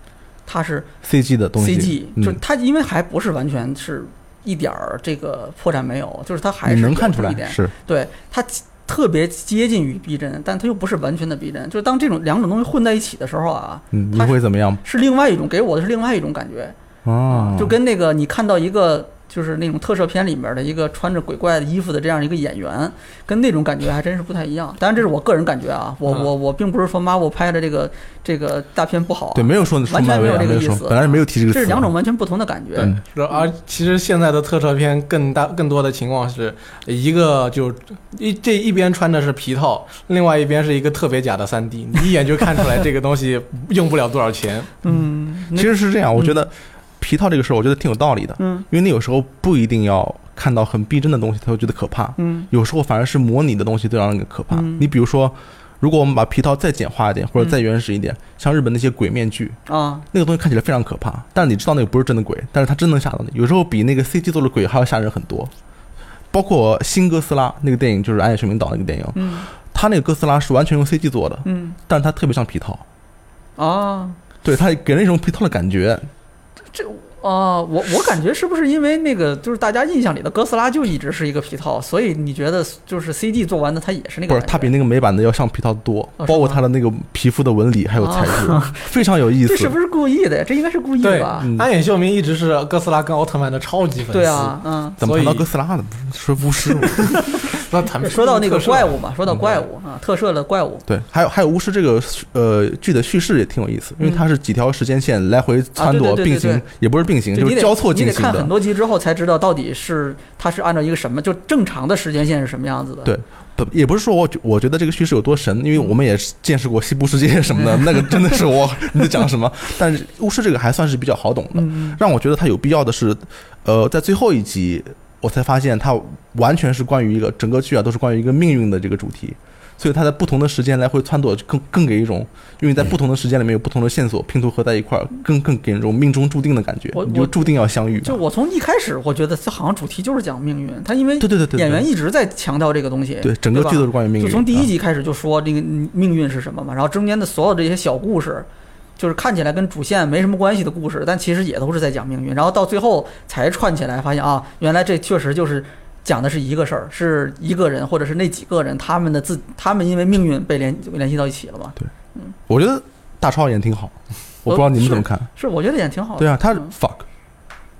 他是 CG 的东西 CG，、嗯就是它因为还不是完全是一点儿这个破绽没有，就是它还你是能看有出一来点，是对它特别接近于逼真，但它又不是完全的逼真。就是当这种两种东西混在一起的时候啊，嗯，你它是会怎么样是另外一种给我的是另外一种感觉，啊？就跟那个你看到一个就是那种特摄片里面的一个穿着鬼怪的衣服的这样一个演员，跟那种感觉还真是不太一样。当然，这是我个人感觉啊，我嗯我我并不是说 Marvel 拍的这个这个大片不好啊，对，没有说说完全漫没威有啊，这个没有意说思，本来没有提这个词，这啊嗯是两种完全不同的感觉。嗯对是而其实现在的特摄片更大更多的情况是一个就一这一边穿的是皮套，另外一边是一个特别假的三 D，你一眼就看出来这个东西用不了多少 钱。嗯，那其实是这样，我觉得皮套这个事儿，我觉得挺有道理的，嗯因为你有时候不一定要看到很逼真的东西，才会觉得可怕。嗯有时候反而是模拟的东西最让人可怕。嗯你比如说，如果我们把皮套再简化一点，或者再原始一点，嗯像日本那些鬼面具，啊，那个东西看起来非常可怕，但是你知道那个不是真的鬼，但是它真能吓到你。有时候比那个 CG 做的鬼还要吓人很多。包括新哥斯拉那个电影，就是安野秀明导那个电影，嗯他那个哥斯拉是完全用 CG 做的，嗯但它特别像皮套，啊。对，它给人一种皮套的感觉。哦，我我感觉是不是因为那个就是大家印象里的哥斯拉就一直是一个皮套，所以你觉得就是 CG 做完的它也是那个不感是，觉？它比那个美版的要像皮套多，哦是吗哦包括它的那个皮肤的纹理还有材质，非常有意这是思不。是故意的呀？这应该是故意对吧？嗯安野秀明一直是哥斯拉跟奥特曼的超级粉丝。对，啊，嗯。怎么谈所到以哥斯拉的？说巫师吗？那他们说到那个嗯特摄怪物嘛，说到怪物啊，特摄的怪物对，还有还有巫师这个呃剧的叙事也挺有意思，因为嗯它是几条时间线来回啊穿对对对梭对并对行，也不是并行，就就你是得交错你进得行看的很。多集之后才知道到底是它是按照一个什么，就正常的时间线是什么样子的。对不，也不是说我觉我觉得这个叙事有多神，因为嗯我们也是见识过西部世界什么 的，那个真的是我你在讲什么？但是巫师这个还算是比较好懂的，嗯，让我觉得它有必要的是，呃，在最后一集我才发现它完全是关于一个整个剧啊都是关于一个命运的这个主题。所以它在不同的时间来回穿梭，更更给一种，因为在不同的时间里面有不同的线索拼图合在一块儿，更更给人一种命中注定的感觉我，你就我注定要相遇。就我从一开始我觉得这好像主题就是讲命运，它因为对对对对对，演员一直在强调这个东西，对整个吧剧都是关于命运。就从第啊一集开始就说这个命运是什么嘛，然后中间的所有这些小故事，就是看起来跟主线没什么关系的故事，但其实也都是在讲命运，然后到最后才串起来，发现啊，原来这确实就是讲的是一个事儿，是一个人或者是那几个人他们的自他们因为命运被联联系到一起了嘛，我觉得大超演挺好，我不知道你们怎么看。哦是我觉得演挺好的，对啊，他嗯 fuck，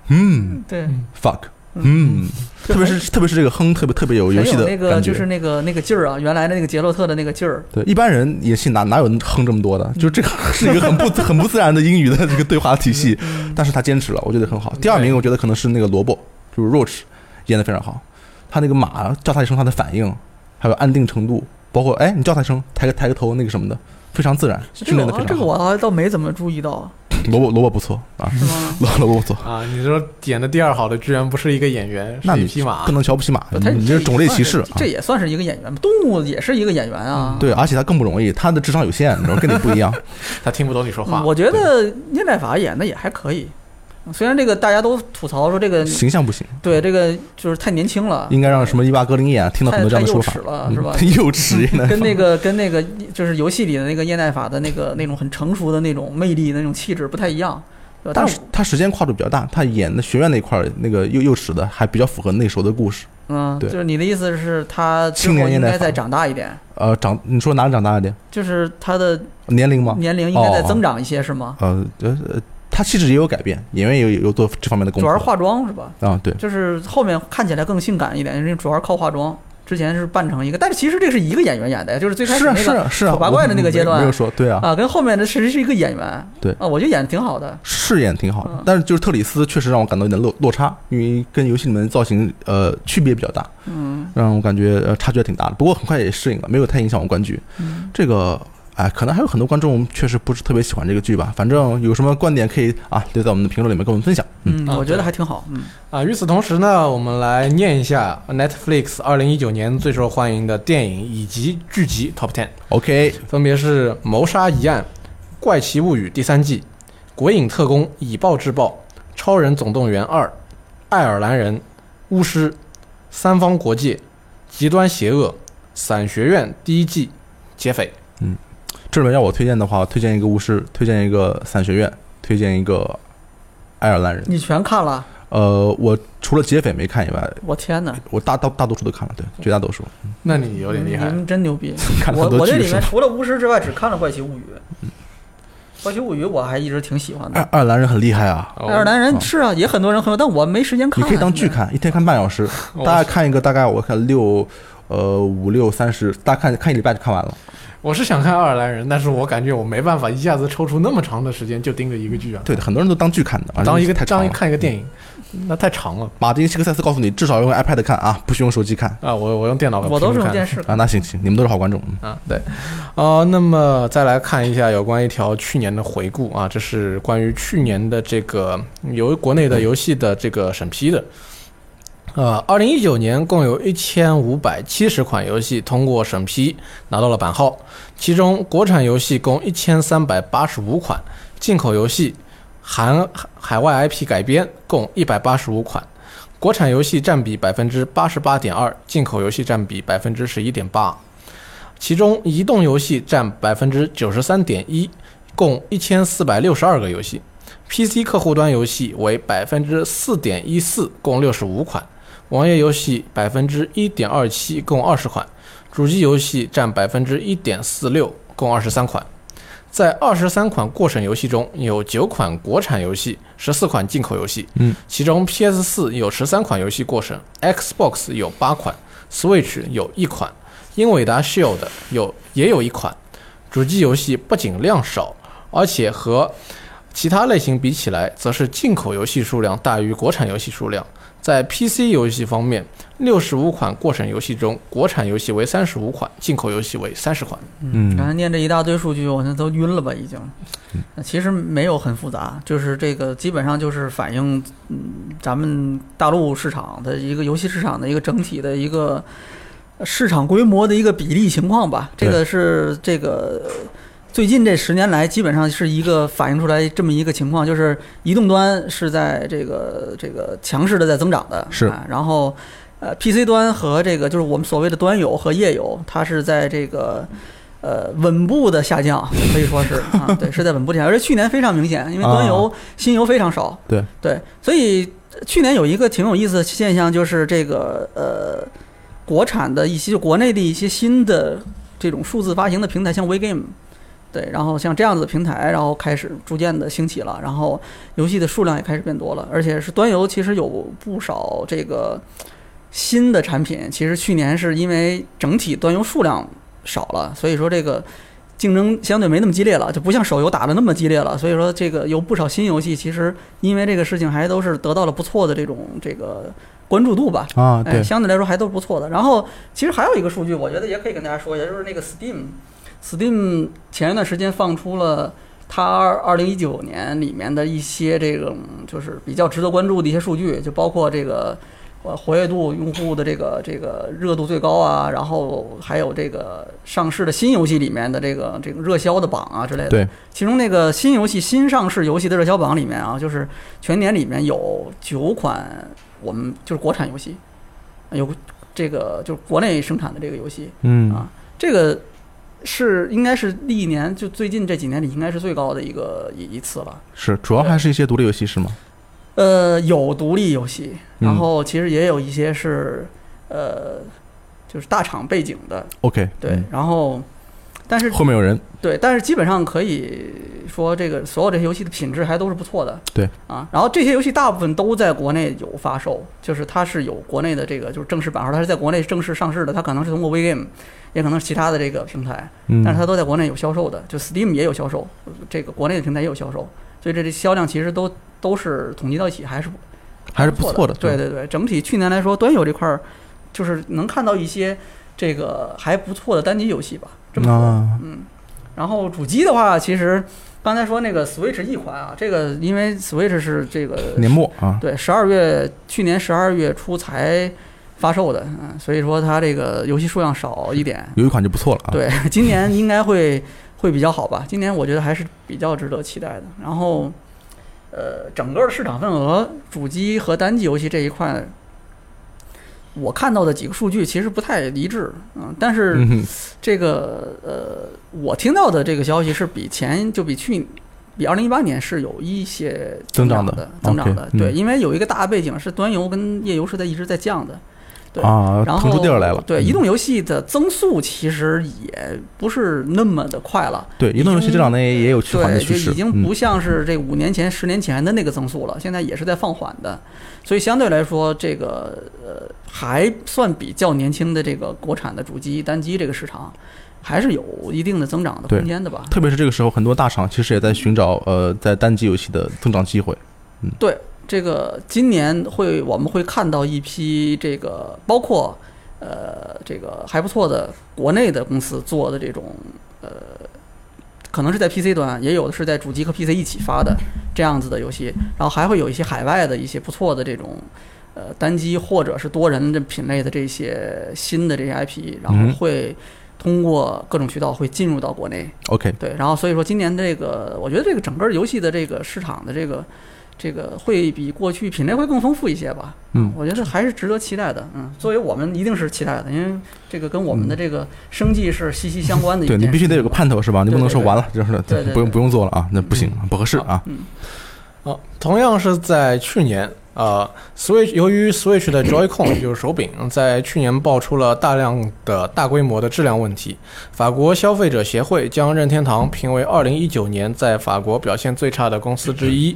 嗯对， fuck，嗯嗯，特别是特别是这个哼，特别特别有很游戏有的那个感就是觉。那个那个劲儿啊，原来的那个杰洛特的那个劲儿，对，一般人演戏哪哪有哼这么多嗯的？就这个 是一个很不很不自然的英语的这个对话体系，嗯但是他坚持了，我觉得很好。第二名我觉得可能是那个萝卜，就是 Roach 演的非常好，他那个马叫他一声，他的反应还有安定程度，包括哎你叫他一声，抬个抬个头那个什么的，非常自然，这训个练的非我这常个好。我好像倒没怎么注意到，萝卜萝卜不错啊， 是吗？萝萝卜不错。啊，你说演的第二好的居然不是一个演员，那是一你匹马不。能瞧不起马，不他你这是种类歧视啊嗯这！也算是一个演员吧，动物也是一个演员啊。对，而且他更不容易，他的智商有限，你知道，跟你不 一样。他听不懂你说话嗯，。我觉得聂代法演的也还可以，虽然这个大家都吐槽说这个形象不行，对这个就是太年轻了，应该让什么伊巴格林演，听到很太多这太样的幼说法齿，了嗯 是吧？幼齿也跟能那个跟那个就是游戏里的那个叶奈法的那个那种很成熟的那种魅力那种气质不太一样，对吧但但是是他时间跨度比较大，他演的学院那块儿那个幼幼齿的还比较符合那时候的故事。嗯，对就是你的意思是他之青后年应叶奈该法再长大一点，呃，长你说哪里长大一点？就是他的年龄吗？年龄应该再哦增长一些是吗？呃呃，呃他气质也有改变，演员也有有做这方面的工主要是作。化妆是吧？啊，对，就是后面看起来更性感一点，因为主要是靠化妆。之前是扮成一个，但是其实这是一个演员演的，就是最开始是啊那是个啊是啊，丑八怪的我那个阶没段没有说对啊，啊，跟后面的其实是一个演员。对啊，我觉得演的挺好的。饰演挺好的嗯，但是就是特里斯确实让我感到有点落落差，因为跟游戏里面的造型呃区别比较大，嗯让我感觉呃差距还挺大的。不过很快也适应了，没有太影响我观剧。嗯这个哎，可能还有很多观众确实不是特别喜欢这个剧吧。反正有什么观点可以啊留在我们的评论里面跟我们分享。嗯，啊我觉得对还挺好。嗯啊，与此同时呢，我们来念一下 Netflix 二零一九年最受欢迎的电影以及剧集 Top Ten， OK，嗯分别是《谋杀一案》《怪奇物语》第三季，《鬼影特工：以暴制暴》《超人总动员二》《爱尔兰人》《巫师》《三方国界》《极端邪恶》《伞学院》第一季，《劫匪这里面要我推荐的话，推荐一个巫师，推荐一个伞学院，推荐一个爱尔兰人。你全看了？呃，我除了劫匪没看以外，我天哪，我大大大多数都看了，对，绝大多数》。那你有点厉害嗯你。们真牛逼！看了我很我多这剧里是面吧？除了巫师之外，只看了《怪奇物语》。怪奇物语我还一直挺喜欢爱的。爱尔兰人很厉害啊，哦爱尔兰人哦是啊，也很多人很有，但我没时间看你啊。可以当剧现在，看，一天看半 小时，哦大概看一个大概我看六呃五六三十，大概看看一礼拜就看完了。我是想看爱尔兰人，但是我感觉我没办法一下子抽出那么长的时间就盯着一个剧啊。对的，很多人都当剧看的，啊当一个太长当一了。看一个电影，嗯那太长了马丁·希克塞斯告诉你，至少用 iPad 看啊，不许用手机看啊！我我用电脑，我都是用看电视啊。看。那行行，你们都是好观众。嗯啊，对，呃，那么再来看一下有关一条去年的回顾啊，这是关于去年的这个由国内的游戏的这个审批的。呃，二零一九年共有一千五百七十款游戏通过审批拿到了版号，其中国产游戏共一千三百八十五款，进口游戏含海外 IP 改编共一百八十五款。国产游戏占比百分之八十八点二，进口游戏占比百分之十一点八。其中移动游戏占百分之九十三点一，共一千四百六十二个游戏；PC 客户端游戏为百分之四点一四，共六十五款；网页游戏百分之一点二七，共二十款；主机游戏占百分之一点四六，共二十三款。在二十三款过审游戏中，有九款国产游戏，十四款进口游戏，嗯，其中 PS 4有十三款游戏过审，Xbox 有八款，Switch 有一款。英伟达 Shield 有也有一款主机游戏，不仅量少，而且和其他类型比起来，则是进口游戏数量大于国产游戏数量。在 PC 游戏方面，六十五款过审游戏中，国产游戏为三十五款，进口游戏为三十款。嗯刚才念这一大堆数据，我现在都晕了吧？已经。嗯那其实没有很复杂，就是这个基本上就是反映嗯咱们大陆市场的一个游戏市场的一个整体的一个呃市场规模的一个比例情况吧。这对个是这个呃最近这十年来基本上是一个反映出来这么一个情况，就是移动端是在这个这个强势的在增长的，是啊然后。呃，PC 端和这个就是我们所谓的端游和页游，它是在这个呃稳步的下降，可以说是啊，对，是在稳步地下降，而且去年非常明显，因为端游、新游非常少，对对，所以呃去年有一个挺有意思的现象，就是这个呃，国产的一些就国内的一些新的这种数字发行的平台，像 WeGame。对，然后像这样子的平台，然后开始逐渐的兴起了，然后游戏的数量也开始变多了，而且是端游，其实有不少这个新的产品，其实去年是因为整体端游数量少了，所以说这个竞争相对没那么激烈了，就不像手游打的那么激烈了。所以说这个有不少新游戏，其实因为这个事情还都是得到了不错的这种这个关注度吧。啊，哎，对，相对来说还都是不错的。然后其实还有一个数据，我觉得也可以跟大家说一下，就是那个 Steam。Steam 前一段时间放出了它二零一九年里面的一些这种就是比较值得关注的一些数据，就包括这个呃活跃度、用户的这个这个热度最高啊，然后还有这个上市的新游戏里面的这个这个热销的榜啊之类的。对，其中那个新游戏、新上市游戏的热销榜里面啊，就是全年里面有九款我们就是国产游戏，有这个就是国内生产的这个游戏，嗯啊这个是应该是历年就最近这几年里应该是最高的一个一一次了。是，主要还是一些独立游戏是吗？呃，有独立游戏，嗯然后其实也有一些是呃就是大厂背景的， OK，对，嗯然后但是后面有人，对，但是基本上可以说，这个所有这些游戏的品质还都是不错的。对啊，然后这些游戏大部分都在国内有发售，就是它是有国内的这个就是正式版号，它是在国内正式上市的，它可能是通过 WeGame，也可能是其他的这个平台，嗯但是它都在国内有销售的，就 Steam 也有销售，这个国内的平台也有销售，所以这这销量其实都都是统计到一起还是还是不错的，对，对对，整体去年来说，端游这块儿就是能看到一些这个还不错的单机游戏吧，这么说。啊，然后主机的话，其实刚才说那个 Switch 一款啊，这个因为 Switch 是这个年末啊，对十二月去年十二月初才发售的，嗯，所以说它这个游戏数量少一点。有一款就不错了啊，对， 今年应该会会比较好吧？今年我觉得还是比较值得期待的。然后，呃，整个的市场份额，主机和单机游戏这一块，我看到的几个数据其实不太一致，嗯，但是嗯哼，这个呃，我听到的这个消息是比前就比去比二零一八年是有一些增长的的增长的 OK，对，嗯因为有一个大背景是端游跟页游是在一直在降的，对啊，然后腾出地儿来了。对，嗯移动游戏的增速其实也不是那么的快了，嗯对移动游戏这两年也有趋缓的对，趋就势，已经嗯不像是这五年前、十年前的那个增速了，现在也是在放缓的，所以相对来说，这个呃还算比较年轻的这个国产的主机单机这个市场，还是有一定的增长的对空间的吧？特别是这个时候，很多大厂其实也在寻找呃，在单机游戏的增长机会。这个今年会我们会看到一批这个包括呃这个还不错的国内的公司做的这种呃，可能是在 PC 端，啊也有的是在主机和 PC 一起发的这样子的游戏，然后还会有一些海外的一些不错的这种。呃，单机或者是多人的品类的这些新的这些 IP，然嗯后会通过各种渠道会进入到国内， OK，对，然后所以说今年这个，我觉得这个整个游戏的这个市场的这个这个会比过去品类会更丰富一些吧。嗯我觉得还是值得期待的。嗯，作为我们一定是期待的，因为这个跟我们的这个生计是息息相关的一嗯 对件事你情。必须得有个盼头是吧？你不能对说对对完了，就是对对不用对不用做了啊，那不行，不合适啊。哦，同样是在去年，呃，Switch 由于 Switch 的 Joy-Con 就是手柄，在去年爆出了大量的大规模的质量问题。法国消费者协会将任天堂评为2019年在法国表现最差的公司之一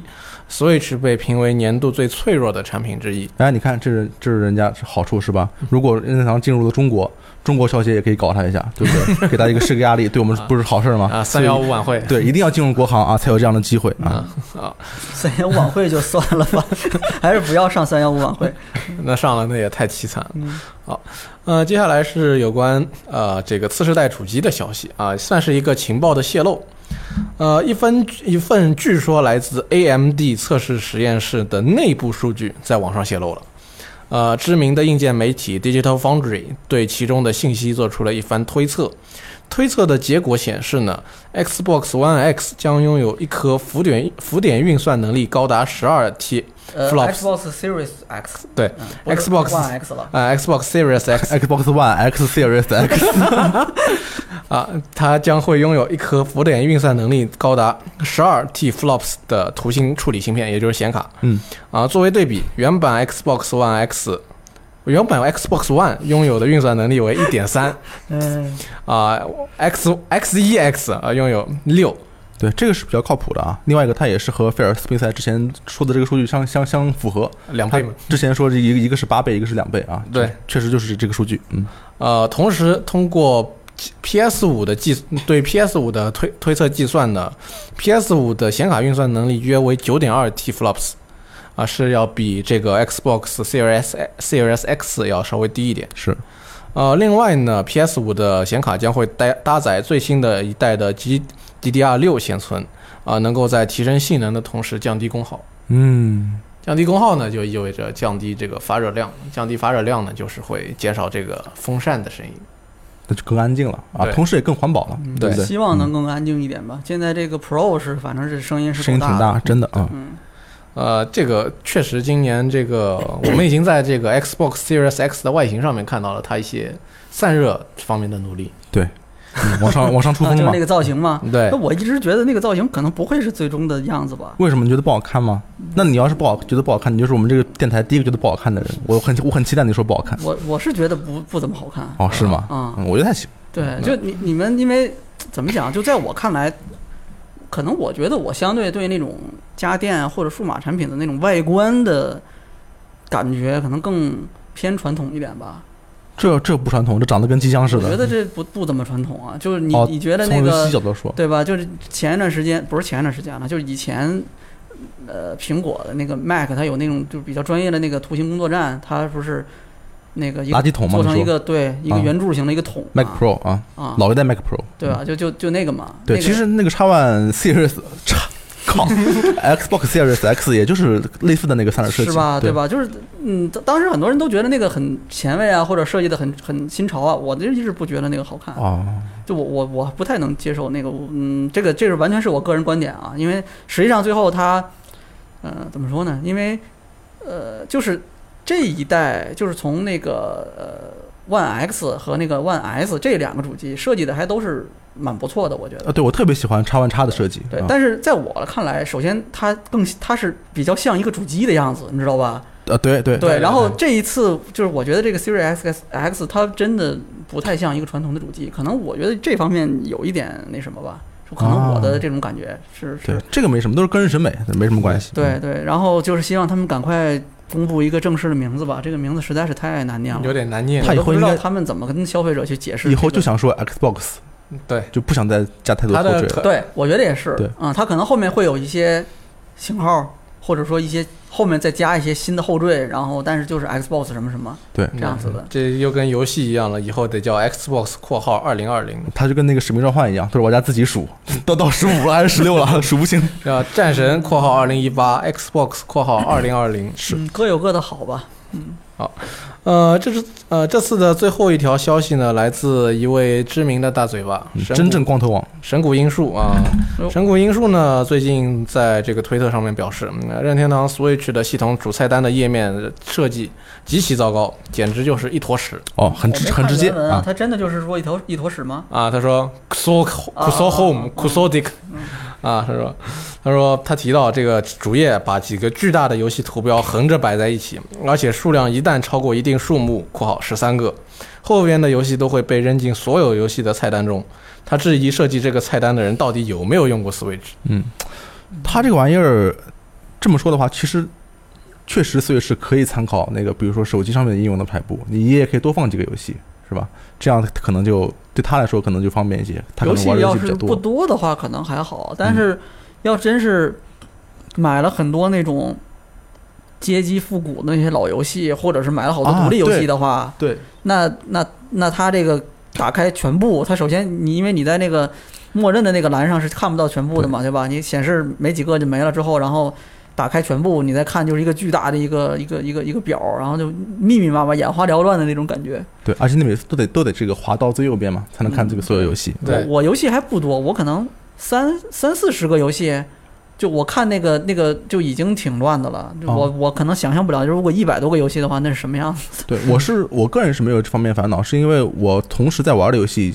，Switch 被评为年度最脆弱的产品之一。哎，你看，这是这是人家好处是吧？如果任天堂进入了中国，中国消协也可以搞他一下，对不对？给他一个施个压力，对我们不是好事吗？啊，所三以幺五晚会对，一定要进入国行啊，才有这样的机会啊。啊啊，三幺五晚会就算了吧， 还是不要上三幺五晚会。那上了那也太凄惨了。嗯，呃，接下来是有关呃这个次世代主机的消息啊，算是一个情报的泄露。呃，一份一份据说来自 AMD 测试实验室的内部数据在网上泄露了。呃，知名的硬件媒体 Digital Foundry 对其中的信息做出了一番推测。推测的结果显示呢，Xbox One X 将拥有一颗浮点浮点运算能力高达十二 T，呃 Flops ，Xbox Series X，对嗯不是 Xbox One X 了。呃，Xbox Series X Xbox One X Series X 啊，它将会拥有一颗浮点运算能力高达十二 T flops 的图形处理芯片，也就是显卡。嗯，啊，作为对比，原版 Xbox One X，原版 Xbox One 拥有的运算能力为一点三，嗯，啊，X X 一 X 啊拥有六。对，这个是比较靠谱的啊。另外一个，它也是和菲尔斯宾塞之前说的这个数据相相相符合。两他倍嘛，之前说这一个一个是八倍，一个是两倍啊。对，确实就是这个数据。嗯，呃，同时通过 PS 五的计对 PS 五的推推测计算呢，PS 五的显卡运算能力约为九点二 T flops，啊，是要比这个 Xbox Series Series X 要稍微低一点。是呃，另外呢，PS 五的显卡将会搭搭载最新的一代的 G DDR 六显存，啊、能够在提升性能的同时降低功耗。嗯，降低功耗呢，就意味着降低这个发热量，降低发热量呢，就是会减少这个风扇的声音。那就更安静了啊，对同时也更环保了，对不对？希望能嗯更安静一点吧。现在这个 Pro 是，反正是声音是声音挺的。大，真的啊。嗯，呃，这个确实，今年这个 我们已经在这个 Xbox Series X 的外形上面看到了它一些散热方面的努力。嗯往上往上出啊风就是嘛那？个造型嘛。对那，我一直觉得那个造型可能不会是最终的样子吧。为什么你觉得不好看吗？那你要是不好觉得不好看，你就是我们这个电台第一个觉得不好看的人。我很我很期待你说不好看我我是觉得不不怎么好看哦，是吗？啊、嗯，我觉得还行。对，就你你们因为怎么讲，就在我看来，可能我觉得我相对对那种家电或者数码产品的那种外观的感觉，可能更偏传统一点吧。这这不传统，这长得跟机箱似我觉啊的。得这不不怎么传统啊，就是你、哦你觉得那从游个戏角度说，对吧？就是前一段时间，不是前一段时间了，啊就是以前，呃，苹果的那个 Mac，它有那种就是比较专业的那个图形工作站，它不是那个一垃个圾桶吗？做成你一说个对一个啊圆柱形的一个桶 Mac 嘛 Pro 啊，啊，老一代 Mac Pro。嗯对吧？就就就那个嘛，对，那个其实那个 X One Series 叉靠 Xbox Series X 也就是类似的那个散热设计，是吧？对？吧？就是嗯，当当时很多人都觉得那个很前卫啊，或者设计的很很新潮啊，我就一直不觉得那个好看。哦，就我我我不太能接受那个，嗯，这个这是完全是我个人观点啊，因为实际上最后它，呃，怎么说呢？因为呃，就是这一代就是从那个呃 One X 和那个 One S 这两个主机设计的还都是蛮不错的，我觉得啊，。对我特别喜欢 X One 叉的设计，对啊，但是在我看来，首先它更它是比较像一个主机的样子，你知道吧？呃，对对对，然后对这一次就是我觉得这个 Series X X 它真的不太像一个传统的主机，可能我觉得这方面有一点那什么吧，就可能我的这种感觉是对是，，这个没什么，都是个人审美，没什么关系。嗯对对，然后就是希望他们赶快公布一个正式的名字吧，这个名字实在是太难念有了，点难念他。我以都后不知应道该他们怎么跟消费者去解释这以个。后就想说 Xbox，对，就不想再加太多它后的缀了。特对，我觉得也是。对嗯，它可能后面会有一些型号，或者说一些后面再加一些新的后缀，然后但是就是 Xbox 什么什么。嗯这样子的这又跟游戏一样了，以后得叫 Xbox 括号二零二零，它就跟那个使命召唤一样，都是玩家自己数，到到十五了还是十六了， 数不清。叫战神括号二零一八，Xbox 括号二零二零。是嗯，各有各的好吧。呃，这是呃这次的最后一条消息呢，来自一位知名的大嘴巴，嗯神谷真正光头王，神谷英树啊哎呦，神谷英树呢，最近在这个推特上面表示，嗯任天堂 Switch 的系统主菜单的页面设计极其糟糕，简直就是一坨屎哦，很直我没很直接看原文啊啊，，它真的就是说一坨一坨屎吗？啊。他说 c u s o c u s o 啊 home c u s o dick 啊，他说他说他提到这个主页把几个巨大的游戏图标横着摆在一起，而且数量一旦超过一定数目（括号十三个），后边的游戏都会被扔进所有游戏的菜单中。他质疑设计这个菜单的人到底有没有用过 Switch。嗯，它这个玩意儿这么说的话，其实确实 Switch 可以参考那个，比如说手机上面的应用的排布，你一页可以多放几个游戏，是吧？这样可能就对他来说可能就方便一些，他可游能戏玩的游要戏比是较不多。嗯多的话，可能还好，但是要真是买了很多那种街机复古的那些老游戏，或者是买了好多啊独立游戏对的话，对，那那那它这个打开全部，它首先你因为你在那个默认的那个栏上是看不到全部的嘛，对吧？你显示没几个就没了之后，然后打开全部，你再看就是一个巨大的一个一个一个一个表，然后就密密麻麻、眼花缭乱的那种感觉。对，而且你每次都得都得这个滑到最右边嘛，才能看这个所有游戏。对我我游戏还不多，我可能三三四十个游戏。就我看那个那个就已经挺乱的了，就我、哦我可能想象不了，如果一百多个游戏的话，那是什么样子？对，我是我个人是没有这方面烦恼，是因为我同时在玩的游戏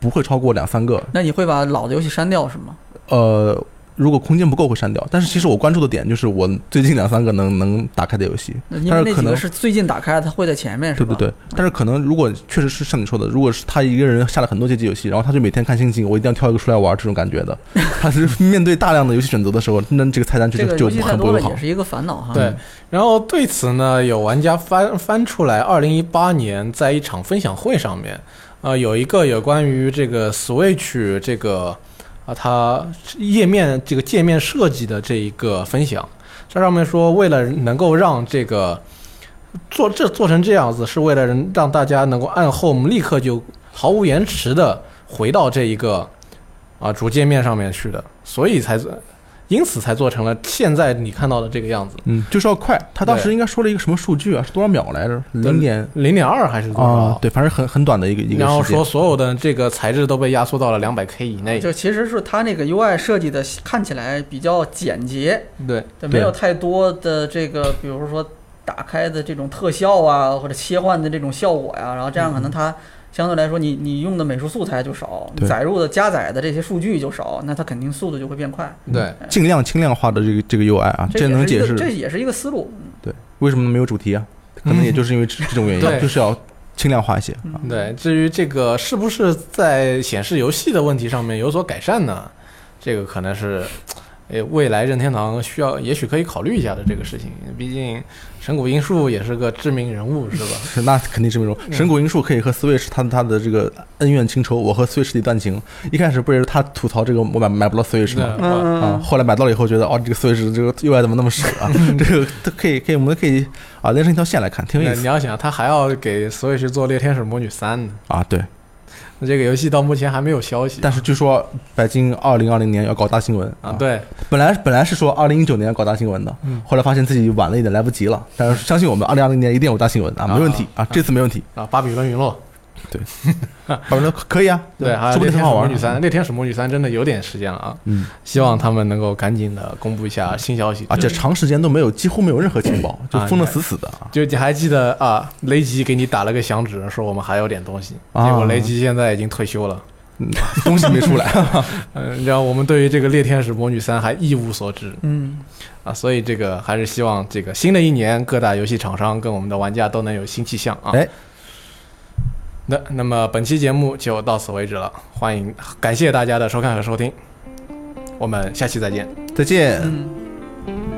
不会超过两三个。那你会把老的游戏删掉是吗？呃，如果空间不够会删掉，但是其实我关注的点就是我最近两三个能能打开的游戏。那因但为那是可几个能是最近打开的，它会在前面是对吧？对对，但是可能如果确实是像你说的，如果是他一个人下了很多街机游戏，然后他就每天看心情，我一定要挑一个出来玩这种感觉 的。他是面对大量的游戏选择的时候，那这个菜单确这实个就游戏太很不多友了好也。是一个烦恼哈。对，然后对此呢，有玩家翻翻出来，二零一八年在一场分享会上面，呃，有一个有关于这个 Switch 这个啊，它页面这个界面设计的这一个分享，这上面说，为了能够让这个做这做成这样子，是为了让大家能够按 Home 立刻就毫无延迟的回到这一个啊主界面上面去的，所以才因此才做成了现在你看到的这个样子。嗯，就是要快。他当时对应该说了一个什么数据啊？是多少秒来着？零点零点二还是多少？啊，对，反正很很短的一个一个哦然后时间说。所有的这个材质都被压缩到了两百 K 以内。就其实是它那个 UI 设计的看起来比较简洁，对，就没有太多的这个，比如说打开的这种特效啊，或者切换的这种效果呀、然后这样可能它相对来说你你用的美术素材就少，嗯对载入的加载的这些数据就少，那它肯定速度就会变快。对，尽量轻量化的这个这个 UI 啊，也能是一解个释这也是一个思路。对为什么没有主题啊？可嗯能也就是因为这这种原因，对就是要轻量化一些啊。嗯对，至于这个是不是在显示游戏的问题上面有所改善呢？这个可能是，呃，未来任天堂需要，也许可以考虑一下的这个事情。毕竟神谷英树也是个知名人物，是吧？ 是，那肯定是没有。嗯神谷英树可以和 Switch 他他的这个恩怨情仇，我和 Switch 的一段情。一开始不也是他吐槽这个我买买不到 Switch 吗？嗯啊，后来买到了以后觉得，哦，这个 Switch 这个 UI 怎么那么屎啊？嗯 这个都可以可以，我们可以啊连成一条线来看，挺有那意你思要想，他还要给 Switch 做《猎天使魔女三》呢，啊。对，那这个游戏到目前还没有消息。但是据说北京二零二零年要搞大新闻啊，，对，本来本来是说二零一九年要搞大新闻的嗯，后来发现自己晚了一点，来不及了。但是相信我们，二零二零年一定有大新闻啊，啊没问题啊，这次没问题。啊，《巴比伦陨落》百分之可以啊，对，还有说《不猎天定很使好魔玩女。三》，《猎天使魔女三》真的有点时间了啊。嗯希望他们能够赶紧的公布一下新消息。而且啊长时间都没有，几乎没有任何情报，就封的死死的啊。就你还记得啊，雷吉给你打了个响指，说我们还有点东西，啊结果雷吉现在已经退休了。嗯东西没出来。 嗯，你知道我们对于这个《猎天使魔女三》还一无所知嗯，啊，所以这个还是希望这个新的一年各大游戏厂商跟我们的玩家都能有新气象啊。哎，那那么本期节目就到此为止了，欢迎感谢大家的收看和收听，我们下期再见。再见。嗯。嗯